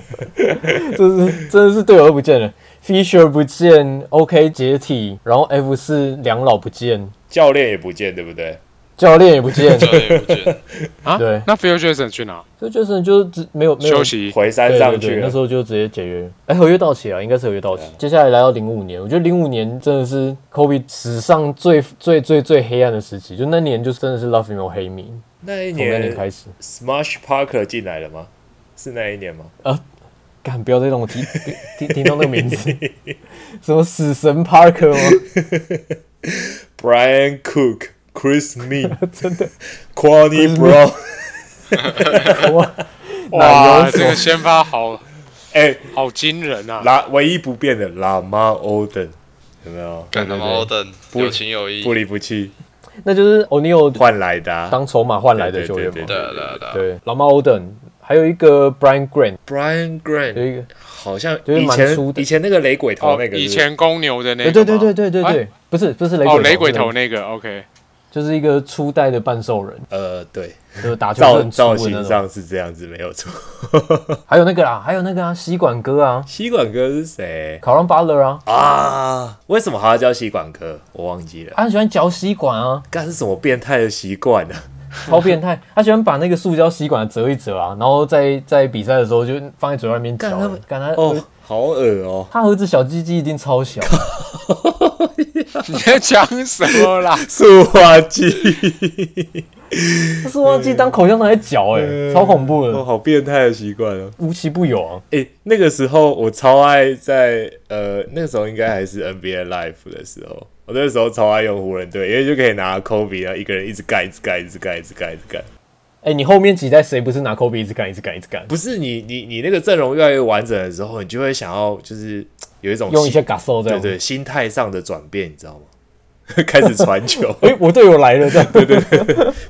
[SPEAKER 1] 就是真的是队友都不见了，Fisher 不见，OK 解体，然后 F 四两老不见，
[SPEAKER 3] 教练也不见，对不对？
[SPEAKER 1] 教练也不见，
[SPEAKER 4] 教练也不见，
[SPEAKER 2] 啊，
[SPEAKER 1] 对
[SPEAKER 2] 那 Phil Jackson 去哪？
[SPEAKER 1] 所以就是就只没有没有
[SPEAKER 2] 休息。
[SPEAKER 3] 回山
[SPEAKER 1] 对对
[SPEAKER 3] 上去
[SPEAKER 1] 对，那
[SPEAKER 3] 了
[SPEAKER 1] 时。候就直接解约。哎、合约到期了，应该是合约到期。接下来来到零五年，我觉得零五年真的是 Kobe 史上最最最最黑暗的时期，就那年就真的是 Love Me or Hate Me，
[SPEAKER 3] 那一
[SPEAKER 1] 从那年
[SPEAKER 3] 年
[SPEAKER 1] 开始。
[SPEAKER 3] ，Smash Parker 进来了吗？是那一年吗？
[SPEAKER 1] 干，不要再让我 提听听听到那个名 字，什么死神 Parker 吗？
[SPEAKER 3] Brian Cook、Chris Mean、
[SPEAKER 1] 真的
[SPEAKER 3] Kwani Brown，
[SPEAKER 1] 哇，哪
[SPEAKER 2] 哇，
[SPEAKER 1] 有什
[SPEAKER 2] 这
[SPEAKER 1] 么
[SPEAKER 2] 个先发好
[SPEAKER 3] 哎，
[SPEAKER 2] 好惊人啊！
[SPEAKER 3] 拉唯一不变的喇嘛 Oden 有没有？
[SPEAKER 4] 干什么
[SPEAKER 1] 对
[SPEAKER 4] 奥登
[SPEAKER 3] 不
[SPEAKER 4] 有情有义，
[SPEAKER 3] 不离不弃
[SPEAKER 1] 那就是 O'Neal
[SPEAKER 3] 换来的啊
[SPEAKER 1] 当筹码换来的
[SPEAKER 3] 对
[SPEAKER 1] 球员嘛。
[SPEAKER 3] 对
[SPEAKER 4] 对啊对啊对啊，
[SPEAKER 1] 对，老猫 Oden，还有一个 Brian Grant，
[SPEAKER 3] Brian
[SPEAKER 1] 有
[SPEAKER 3] Grant，
[SPEAKER 1] 一个，
[SPEAKER 3] 好像
[SPEAKER 1] 就是
[SPEAKER 3] 以
[SPEAKER 1] 蛮
[SPEAKER 3] 前
[SPEAKER 1] 粗的
[SPEAKER 3] 以前那个雷鬼头
[SPEAKER 2] 哦
[SPEAKER 3] 那个，，
[SPEAKER 2] 以前公牛的那个
[SPEAKER 1] 对
[SPEAKER 2] 吗，
[SPEAKER 1] 对对对对对
[SPEAKER 3] 啊
[SPEAKER 1] 对，不是不是雷鬼
[SPEAKER 2] 哦，雷鬼
[SPEAKER 1] 头
[SPEAKER 2] 头，那个，OK，
[SPEAKER 1] 就是一个初代的半兽人。
[SPEAKER 3] 呃，对，
[SPEAKER 1] 就是打球
[SPEAKER 3] 造
[SPEAKER 1] 很粗
[SPEAKER 3] 造
[SPEAKER 1] 的那
[SPEAKER 3] 型
[SPEAKER 1] 种。
[SPEAKER 3] 上是这样子，没有错。
[SPEAKER 1] 还有那个啦，还有那个啊，吸管哥啊，
[SPEAKER 3] 吸管哥是谁
[SPEAKER 1] 考让巴勒啊，
[SPEAKER 3] 啊？为什么他叫吸管哥？我忘记了。
[SPEAKER 1] 他很喜欢嚼吸管啊，
[SPEAKER 3] 干是什么变态的习惯啊呢？
[SPEAKER 1] 超变态。他喜欢把那个塑胶吸管折一折啊，然后在在比赛的时候就放在嘴巴里面嚼
[SPEAKER 3] 干他
[SPEAKER 1] 啊
[SPEAKER 3] 们。
[SPEAKER 1] 干他
[SPEAKER 3] 哦，好恶哦！
[SPEAKER 1] 他儿子小鸡鸡一定超 小，
[SPEAKER 2] 你在讲什么啦？
[SPEAKER 3] 塑化剂，
[SPEAKER 1] 他是忘记当口香糖来嚼哎，
[SPEAKER 3] 嗯
[SPEAKER 1] 超恐怖
[SPEAKER 3] 哦，
[SPEAKER 1] 的，
[SPEAKER 3] 好变态的习惯哦。
[SPEAKER 1] 无奇不有啊。
[SPEAKER 3] 诶，那个时候我超爱在呃，那个时候应该还是 NBA Live 的时候，我那时候超爱用湖人队，因为就可以拿 Kobe，然后一啊个人一直盖，一直盖，一直盖，一直盖，一直盖。
[SPEAKER 1] 哎，你后面几代谁不是拿抠鼻一直干一直干一直干？
[SPEAKER 3] 不是你你你那个阵容越来越完整的时候，你就会想要就是有一种
[SPEAKER 1] 用一些
[SPEAKER 3] 心
[SPEAKER 1] 嘎瘦这
[SPEAKER 3] 对
[SPEAKER 1] 样。
[SPEAKER 3] 对心态上的转变，你知道吗？ 开始传球，
[SPEAKER 1] 哎，我队友来了这样。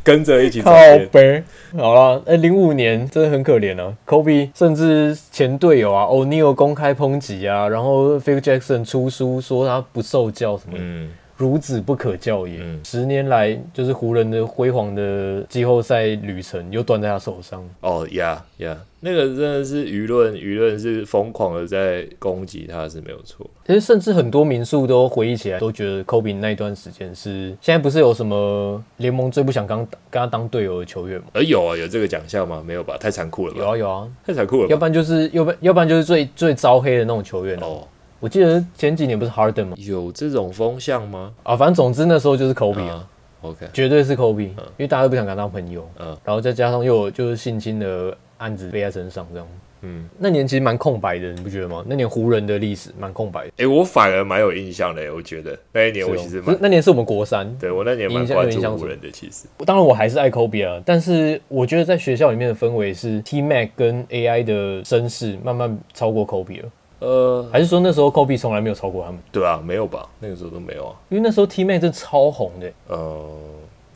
[SPEAKER 3] 跟着一起
[SPEAKER 1] 靠
[SPEAKER 3] 转变。
[SPEAKER 1] 背，好了，哎、零五年真的很可怜啊，Kobe 甚至前队友啊，O'Neal 公开抨击啊，然后 Phil Jackson 出书说他不受教什么的，
[SPEAKER 3] 嗯，
[SPEAKER 1] 孺子不可教也。
[SPEAKER 3] 嗯
[SPEAKER 1] 十年来，就是湖人的辉煌的季后赛旅程又断在他手上。
[SPEAKER 3] 哦呀呀，那个真的是舆论，舆论是疯狂的在攻击他，是没有错。
[SPEAKER 1] 其实甚至很多民宿都回忆起来，都觉得 Kobe 那一段时间是现在不是有什么联盟最不想刚跟他当队友的球员吗？
[SPEAKER 3] 而有啊，有这个奖项吗？没有吧？太残酷了吧？
[SPEAKER 1] 有啊有啊，
[SPEAKER 3] 太残酷了
[SPEAKER 1] 要
[SPEAKER 3] 吧？
[SPEAKER 1] 不然就是要不然要不然就是最最招黑的那种球员、啊、
[SPEAKER 3] 哦，
[SPEAKER 1] 我记得前几年不是 Harden 吗？
[SPEAKER 3] 有这种风向吗？
[SPEAKER 1] 啊，反正总之那时候就是 Kobe 啊，
[SPEAKER 3] 啊，OK，
[SPEAKER 1] 绝对是 Kobe，、因为大家都不想跟他当朋友，
[SPEAKER 3] 嗯
[SPEAKER 1] 然后再加上又有就是性侵的案子背在身上，这样，
[SPEAKER 3] 嗯，
[SPEAKER 1] 那年其实蛮空白的，你不觉得吗？那年湖人的历史蛮空白的，
[SPEAKER 3] 哎、我反而蛮有印象的，我觉得那一年我
[SPEAKER 1] 是哦
[SPEAKER 3] 其实
[SPEAKER 1] 不
[SPEAKER 3] 蛮
[SPEAKER 1] 是，那年是我们国三，
[SPEAKER 3] 对我那年蛮
[SPEAKER 1] 印象
[SPEAKER 3] 关
[SPEAKER 1] 有
[SPEAKER 3] 注
[SPEAKER 1] 印象
[SPEAKER 3] 湖
[SPEAKER 1] 中
[SPEAKER 3] 人的，其实
[SPEAKER 1] 当然我还是爱 Kobe 啊，但是我觉得在学校里面的氛围是 T Mac 跟 AI 的身世慢慢超过 Kobe 了，
[SPEAKER 3] 呃，
[SPEAKER 1] 还是说那时候 Kobe 从来没有超过他们？
[SPEAKER 3] 对啊，没有吧？那个时候都没有啊，
[SPEAKER 1] 因为那时候 T Mac 真的超红的、欸
[SPEAKER 3] 呃，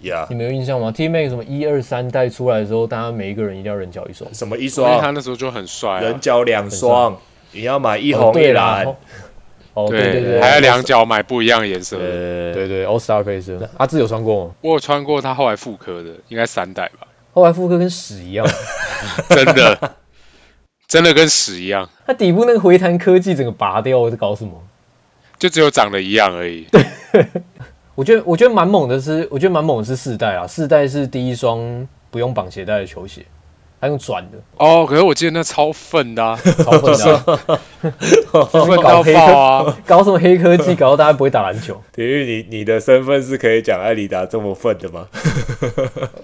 [SPEAKER 3] 呀、
[SPEAKER 1] 你没有印象吗？T Mac 什么一二三代出来的时候，大家每一个人一定要人脚一双。
[SPEAKER 3] 什么
[SPEAKER 2] 因
[SPEAKER 3] 一
[SPEAKER 2] 为他
[SPEAKER 3] 双，
[SPEAKER 2] 那时候就很帅
[SPEAKER 3] 啊人
[SPEAKER 2] 啊，
[SPEAKER 3] 脚两双，你要买一
[SPEAKER 1] 哦
[SPEAKER 3] 红一
[SPEAKER 1] 对啦
[SPEAKER 3] 蓝，，
[SPEAKER 1] 哦对对
[SPEAKER 2] 对，
[SPEAKER 1] 对，
[SPEAKER 2] 还要两脚买不一样颜色的。
[SPEAKER 3] 呃，
[SPEAKER 1] 对啊对 All Star 配色，阿志有穿过吗？
[SPEAKER 2] 我有穿过他后来复刻的，应该三代吧，
[SPEAKER 1] 后来复刻跟屎 一样，
[SPEAKER 2] 真的，真的跟屎一样，
[SPEAKER 1] 它底部那个回弹科技整个拔掉，我在搞什么？
[SPEAKER 2] 就只有长得一样而已。
[SPEAKER 1] 我觉得我觉得蛮猛的是，我觉得蛮猛的是四代啊，四代是第一双不用绑鞋带的球鞋，他用转的，
[SPEAKER 2] 哦，可是我记得那超粉的、啊，
[SPEAKER 1] 超笨的 啊、
[SPEAKER 2] 粉到爆啊！
[SPEAKER 1] 搞什么黑科技，搞到大家不会打篮球。
[SPEAKER 3] 体育，你你的身份是可以讲艾里达这么愤的吗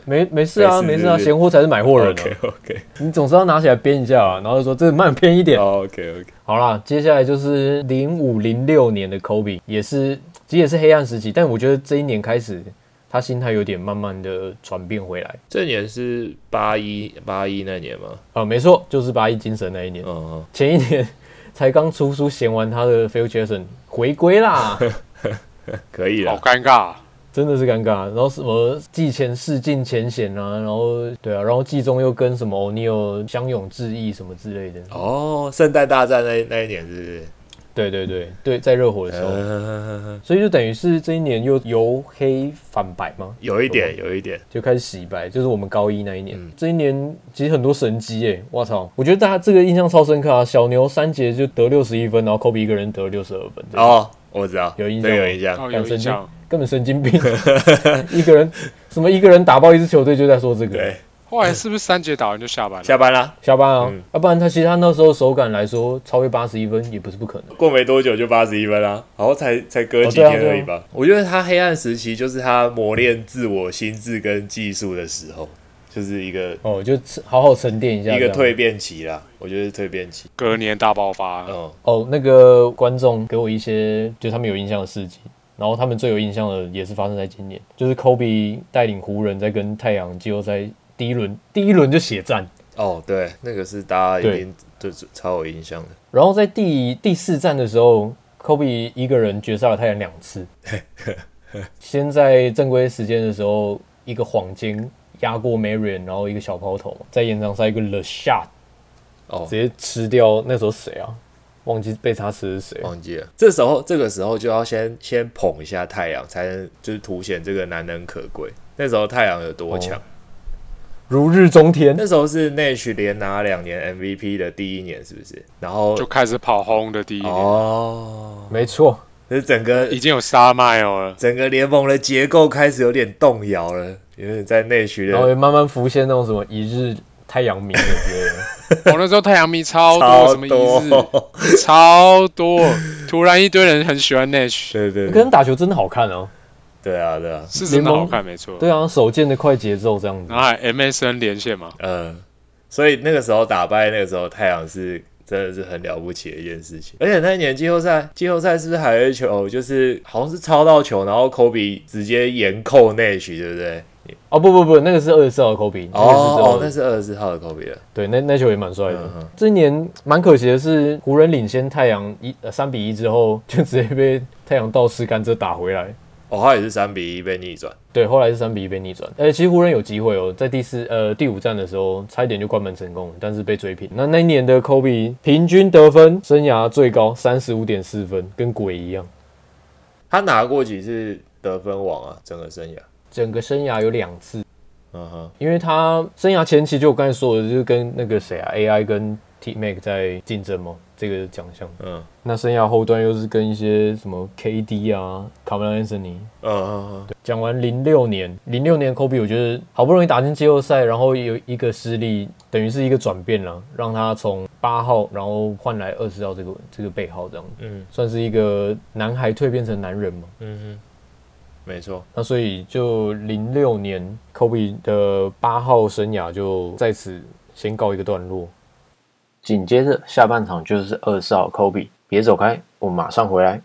[SPEAKER 1] 没没事啊，
[SPEAKER 3] 没
[SPEAKER 1] 没
[SPEAKER 3] 事没
[SPEAKER 1] 事啊，
[SPEAKER 3] 事
[SPEAKER 1] 闲货才是买货人啊。
[SPEAKER 3] ？OK OK
[SPEAKER 1] 你总是要拿起来编一下啊，然后就说这慢编一点。
[SPEAKER 3] OK OK，
[SPEAKER 1] 好啦，接下来就是零五零六年的 Kobe，也是其实也是黑暗时期，但我觉得这一年开始，他心态有点慢慢的转变回来。
[SPEAKER 3] 这年是八一八一那年吗？
[SPEAKER 1] 啊、没错，就是八一精神那一年。
[SPEAKER 3] 嗯，
[SPEAKER 1] 前一年才刚出书闲完他的 Phil Jackson 回归 啦，
[SPEAKER 3] 可以
[SPEAKER 2] 好
[SPEAKER 3] 了。
[SPEAKER 2] 尴尬、啊
[SPEAKER 1] 真的是尴尬。然后什么季前试镜前显啊，然后对啊，然后季中又跟什么 O'Neal 相拥致意什么之类的。
[SPEAKER 3] 哦，圣诞大战那那一年是
[SPEAKER 1] 对对对对，在热火
[SPEAKER 3] 不
[SPEAKER 1] 的
[SPEAKER 3] 是？
[SPEAKER 1] 时候，
[SPEAKER 3] 呃，
[SPEAKER 1] 所以就等于是这一年又由黑反白嘛，
[SPEAKER 3] 有一点，有一点。
[SPEAKER 1] 就开始洗白，就是我们高一那一年。
[SPEAKER 3] 嗯
[SPEAKER 1] 这一年其实很多神机耶，我操！我觉得大家这个印象超深刻啊。小牛三节就得六十一分，然后科比一个人得六十二分，这样
[SPEAKER 3] 哦，我知道，
[SPEAKER 1] 有印
[SPEAKER 3] 这
[SPEAKER 1] 象
[SPEAKER 3] 有
[SPEAKER 1] 吗
[SPEAKER 3] 印象。
[SPEAKER 2] 哦，
[SPEAKER 1] 干
[SPEAKER 2] 有
[SPEAKER 1] 神
[SPEAKER 2] 印
[SPEAKER 1] 经
[SPEAKER 2] 象。
[SPEAKER 1] 根本神经 病，一个人什么一个人打爆一支球队就在说这个。
[SPEAKER 3] 对，
[SPEAKER 2] 后来是不是三节打完就下班了？
[SPEAKER 3] 下班啦，
[SPEAKER 1] 下班啊，要、
[SPEAKER 3] 嗯
[SPEAKER 1] 不然他其实他那时候手感来说超越八十一分也不是不可能。
[SPEAKER 3] 过没多久就八十一分啦，然后才才隔几
[SPEAKER 1] 哦
[SPEAKER 3] 天
[SPEAKER 1] 对啊
[SPEAKER 3] 而已吧。我觉得他黑暗时期就是他磨练自我心智跟技术的时候，就是一个
[SPEAKER 1] 哦，就好好沉淀一下。
[SPEAKER 3] 一个
[SPEAKER 1] 这样
[SPEAKER 3] 蜕变期啦。我觉得是蜕变期。
[SPEAKER 2] 隔年大爆发，啊
[SPEAKER 3] 嗯，
[SPEAKER 1] 哦，那个观众给我一些就他们有印象的事迹，然后他们最有印象的也是发生在今年，就是 Kobe 带领湖人在跟太阳季后赛第一轮，第一轮就血战，
[SPEAKER 3] 哦，对，那个是大家一定就是超有印象的。
[SPEAKER 1] 然后在第第四战的时候，Kobe 一个人绝杀了太阳两 次，先在正规时间的时候一个晃肩压过 Marion，然后一个小抛投嘛，在延长赛一个 The Shot
[SPEAKER 3] 哦，
[SPEAKER 1] 直接吃掉那时候谁啊？忘记被他吃的是谁？
[SPEAKER 3] 忘记了。这时候这个时候就要先先捧一下太阳，才能就是凸显这个难能可贵。那时候太阳有多
[SPEAKER 2] 哦
[SPEAKER 3] 强？
[SPEAKER 1] 如日中天。
[SPEAKER 3] 那时候是 Nash 连拿两年 MVP 的第一年，是不是？然后
[SPEAKER 2] 就开始跑轰的第一年，呃
[SPEAKER 3] 哦，
[SPEAKER 1] 没错，
[SPEAKER 3] 就是整个
[SPEAKER 2] 已经有沙麦哦了。
[SPEAKER 3] 整个联盟的结构开始有点动摇了，有点在内区
[SPEAKER 1] 然后
[SPEAKER 3] 的
[SPEAKER 1] 也慢慢浮现那种什么一日太阳明的之类的。
[SPEAKER 2] 我、哦那时候太阳迷超多，
[SPEAKER 3] 超
[SPEAKER 2] 什么一日超多，突然一堆人很喜欢 Nash，
[SPEAKER 3] 对对
[SPEAKER 1] 可
[SPEAKER 3] 对
[SPEAKER 1] 能打球真的好看哦、
[SPEAKER 3] 对啊对啊，
[SPEAKER 2] 是真的好看，没错。
[SPEAKER 1] 对啊，手贱的快节奏这样子
[SPEAKER 2] 然。后还 MSN 连线嘛，
[SPEAKER 3] 嗯，所以那个时候打败那个时候太阳是真的是很了不起的一件事情，而且那一年季后赛季后赛是不是还有一球就是好像是抄到球，然后科比直接严扣内区，对不对？
[SPEAKER 1] 哦不不不，那个是二十四号的 Kobe，那个是
[SPEAKER 3] 哦哦，
[SPEAKER 1] 真
[SPEAKER 3] 那
[SPEAKER 1] 的
[SPEAKER 3] 是二十四号的科比了，
[SPEAKER 1] 对，那那球也蛮帅
[SPEAKER 3] 嗯嗯
[SPEAKER 1] 的。这一年蛮可惜的是，湖人领先太阳一呃三比一之后，就直接被太阳倒吃甘蔗打回来。
[SPEAKER 3] 哦，他也是三比一被逆转，
[SPEAKER 1] 对，后来是三比一被逆转。呃，其实湖人有机会哦，在第四呃第五站的时候，差一点就关门成功了，但是被追平。那那一年的 Kobe 平均得分生涯最高三十五点四分，跟鬼一样。
[SPEAKER 3] 他拿过几次得分王啊？整个生涯，
[SPEAKER 1] 整个生涯有两次，
[SPEAKER 3] 嗯哼，
[SPEAKER 1] 因为他生涯前期就我刚才说的，就是跟那个谁啊，AI 跟 T Mac 在竞争嘛，这个奖项。
[SPEAKER 3] 嗯
[SPEAKER 1] 那生涯后端又是跟一些什么 KD 啊、卡梅隆·安森尼。
[SPEAKER 3] 嗯嗯嗯，
[SPEAKER 1] 讲完零六年，零六年 Kobe 我觉得好不容易打进季后赛，然后有一个失利，等于是一个转变了，让他从八号然后换来二十号这个这个背号，这样
[SPEAKER 3] 嗯
[SPEAKER 1] 算是一个男孩蜕变成男人嘛。
[SPEAKER 3] 嗯哼，没错。
[SPEAKER 1] 那所以就零六年 Kobe 的八号生涯就在此先告一个段落。
[SPEAKER 5] 紧接着下半场就是二十号 Kobe，别走开，我马上回来。